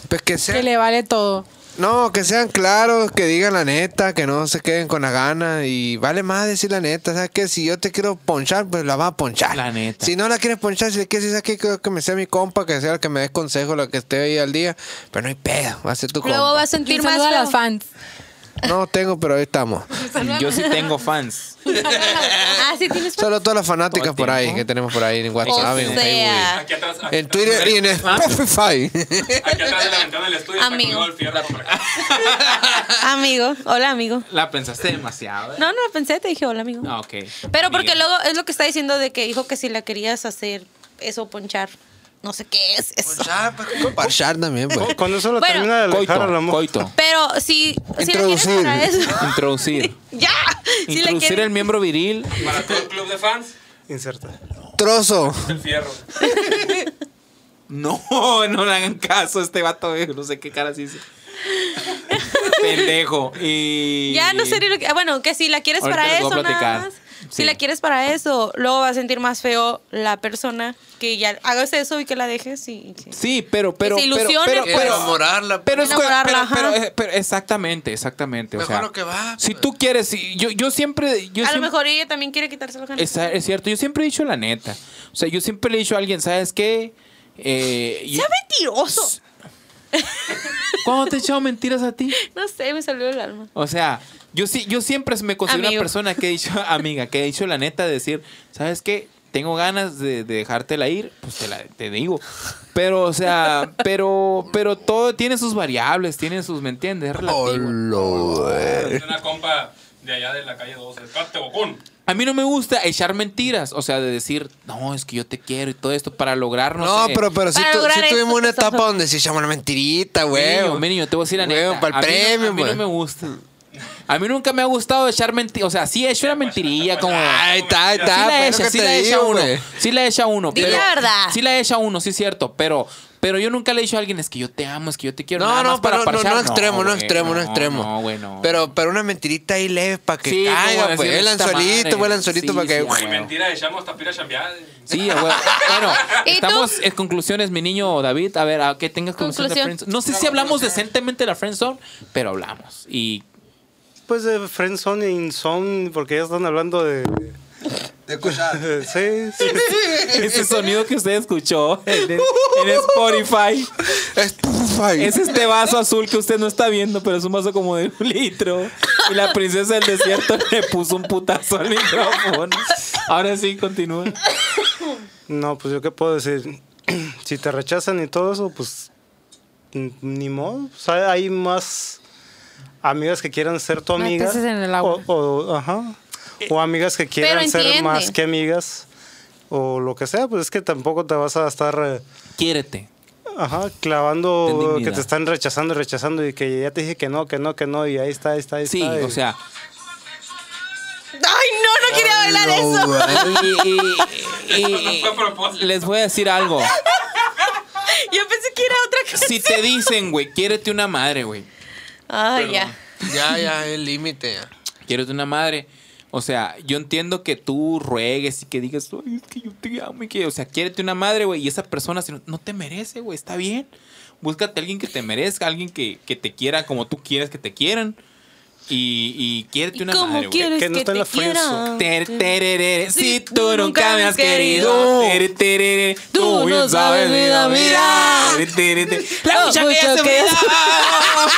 Pues que sea. Que le vale todo. No, que sean claros, que digan la neta, que no se queden con la gana y vale más decir la neta, ¿sabes qué? Si yo te quiero ponchar, pues la vas a ponchar. La neta. Si no la quieres ponchar, si le quieres decir, ¿sabes qué? Quiero que me sea mi compa, que sea el que me dé consejo, la que esté ahí al día, pero no hay pedo, va a ser tu compa. Luego vas a Y sentir un más saludo a feo. las fans. No tengo, pero ahí estamos. Pues Yo sí tengo fans. Ah, sí tienes Solo todas las Todo fanáticas el por ahí tiempo. que tenemos por ahí en O WhatsApp, en Facebook, sea, Aquí atrás. aquí en atrás- Twitter y en Spotify. [LAUGHS] Aquí atrás de la ventana del estudio está Amigo. colgado el fierro. hombre. amigo, hola amigo. La pensaste demasiado. ¿eh? No, no lo pensé, te dije hola amigo. Ah, ok. Pero porque Miguel. luego es lo que está diciendo de que dijo que si la querías hacer eso, ponchar, no sé qué es eso. Ponchar, pues, como parchar también, pues. Cuando eso lo Bueno. termina de alejar a la Coito, mo- [LAUGHS] coito. Pero si, si la quieres Introducir. para eso. [LAUGHS] [LAUGHS] Introducir. ¡Ya! Si la Introducir quieres- el miembro viril. Para todo el club de fans, Inserta. Oh. Trozo. el fierro. No, [LAUGHS] no le hagan caso a este vato, eh, no sé qué cara sí hizo. Pendejo. Y... Ya no sé ni lo que. ah, Bueno, que si la quieres Ahorita para les voy a eso, nada platicar. más. Sí. Si la quieres para eso, luego va a sentir más feo la persona que ya hagas eso y que la dejes y. y que- Sí, pero, pero, se pero- ilusione, pero, pues. pero- enamorarla. Pero es cua- Enamorarla, pero- ajá. pero- eh, pero exactamente, exactamente. o Mejor sea, lo que va, Si pues. tú quieres, si- yo, yo siempre. Yo a siempre- lo mejor ella también quiere quitarse los ganas. Es, es cierto, yo siempre he dicho la neta. O sea, yo siempre le he dicho a alguien, ¿sabes qué? Eh, yo- ¡Sea mentiroso! ¿Cuándo te he echado mentiras a ti? No sé, me salió el alma. O sea, yo sí, yo siempre me considero una Amigo. persona que he dicho, [LAUGHS] amiga, que he dicho la neta de decir, ¿sabes qué? Tengo ganas de, de dejártela ir, pues te, la, te digo. Pero, o sea, pero, pero todo tiene sus variables, tiene sus, ¿me entiendes? Es Oh, relativo. Es una compa de allá de la calle 12. ¡Cate, bocón! A mí no me gusta echar mentiras, o sea, de decir, no, es que yo te quiero y todo esto para lograr, no, No, sé. pero, pero sí, Para tu- sí lograr tuvimos eso, una te estamos etapa donde sí echamos la mentirita, güey. Niño, mi niño, te voy a decir la neta. Para A el mí no- A premio, mí no güey. me gusta. A mí nunca me ha gustado echar mentiras. O sea, sí he hecho una mentirilla como... Ahí está, ahí Sí está. la pues, echa, lo que sí te la echa digo, pues. uno. güey. Sí la echa uno. Di pero- la verdad. Sí la echa uno, sí es cierto. Pero, pero yo nunca le he dicho a alguien, es que yo te amo, es que yo te quiero. No, nada no, más para pero no, parchar. no extremo, no, güey, extremo, no, no, extremo. No, güey, no. Pero, pero una mentirita ahí leve para que Sí, caiga, como pues. decir, El esta anzuelito, madre. güey, el anzuelito Sí, para [LAUGHS] que. sí, güey. Y mentira, echamos tapir a chambear. Sí, a huevo. Bueno, [LAUGHS] ¿Y tú? estamos en conclusiones, mi niño David. A ver, a que tengas conclusión de Conclusión. Friendzone. No sé si hablamos decentemente de la Friendzone, pero hablamos. Y pues de friendzone e inson porque ya están hablando de... [LAUGHS] De escuchar. sí, sí. [LAUGHS] [LAUGHS] Ese sonido que usted escuchó en, en Spotify Spotify. es este vaso azul que usted no está viendo, pero es un vaso como de un litro. Y la princesa del desierto [LAUGHS] le puso un putazo al micrófono. Ahora sí, continúa. No, pues yo qué puedo decir. [CLEARS THROAT] si te rechazan y todo eso, pues n- ni modo. O sea, hay más amigas que quieran ser tu No te amiga. haces en el agua. O, o- ajá. O amigas que quieran ser entiende. más que amigas. O lo que sea, pues es que tampoco te vas a estar eh, Quiérete. ajá, Ten clavando dignidad. que te están rechazando, rechazando y que ya te dije que no, que no, que no, y ahí está, ahí está, ahí Sí, está. y- o sea. Ay, no, no quería bailar eso. y- y- y- Fue [LAUGHS] a propósito. les voy a decir algo. Yo pensé que era otra cosa. Si te dicen, güey, quiérete una madre, güey. Ay, ya. Ya, ya, el límite. ya. Quieres una madre. O sea, yo entiendo que tú ruegues y que digas, Ay, es que yo te amo y que, o sea, quiérete una madre, güey. Y esa persona si no, no te merece, güey, está bien. Búscate a alguien que te merezca, alguien que, que te quiera como tú quieres que te quieran. Y, y quiérete ¿Y una cómo madre, güey. quieres Que que, no está en te la friendzone. quiera? Ter- tererere, si Sí, tú nunca me has querido, Ter- tererere, Tú tú no bien sabes, sabes, mira, mira, mira. Ter- tererere, La Lo muchacha que ya mucho se que me daba.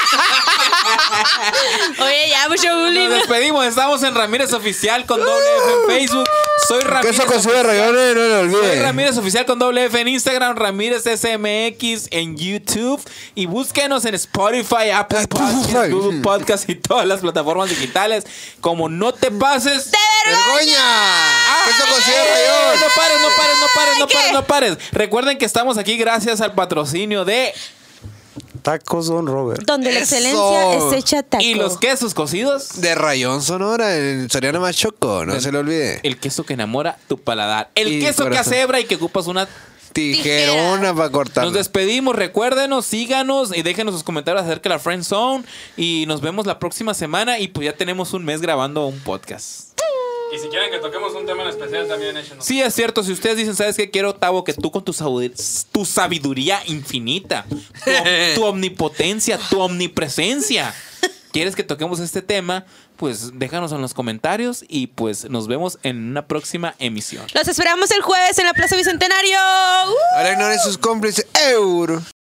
Oye, ya, pues, mucho bullying. Nos despedimos, estamos en Ramírez Oficial con doble F en Facebook. Soy Que Ramírez. eso consume rayones, eh, no lo pues, Soy olviden. Ramírez Oficial con doble F en Instagram, Ramírez SMX en YouTube y búsquenos en Spotify, Apple Podcasts, Spotify. Google Podcasts y todas las plataformas digitales. Como no te pases. ¡Vergoña! Que eso consume ¡Eh! No rayón. pares, no pares, no pares, no pares, no pares. Recuerden que estamos aquí gracias al patrocinio de Tacos Don Robert. Donde la Eso. excelencia es hecha taco. y los quesos cocidos. De rayón sonora, el Soriano Machoco, no se lo olvide. El queso que enamora tu paladar. El Y queso que corazón. hace hebra y que ocupas una Tijerona para cortar. Nos despedimos, recuérdenos, síganos y déjenos sus comentarios acerca de la Friend Zone. Y nos vemos la próxima semana. Y pues ya tenemos un mes grabando un podcast. Y si quieren que toquemos un tema en especial, también échenos. Sí, es cierto, si ustedes dicen, ¿sabes qué? Quiero, Tavo, que tú con tu, sabu- tu sabiduría infinita, tu, tu omnipotencia, tu omnipresencia, quieres que toquemos este tema, pues déjanos en los comentarios y pues nos vemos en una próxima emisión. Los esperamos el jueves en la Plaza Bicentenario. ¡Uh! Ahora ignoren sus cómplices. Euro.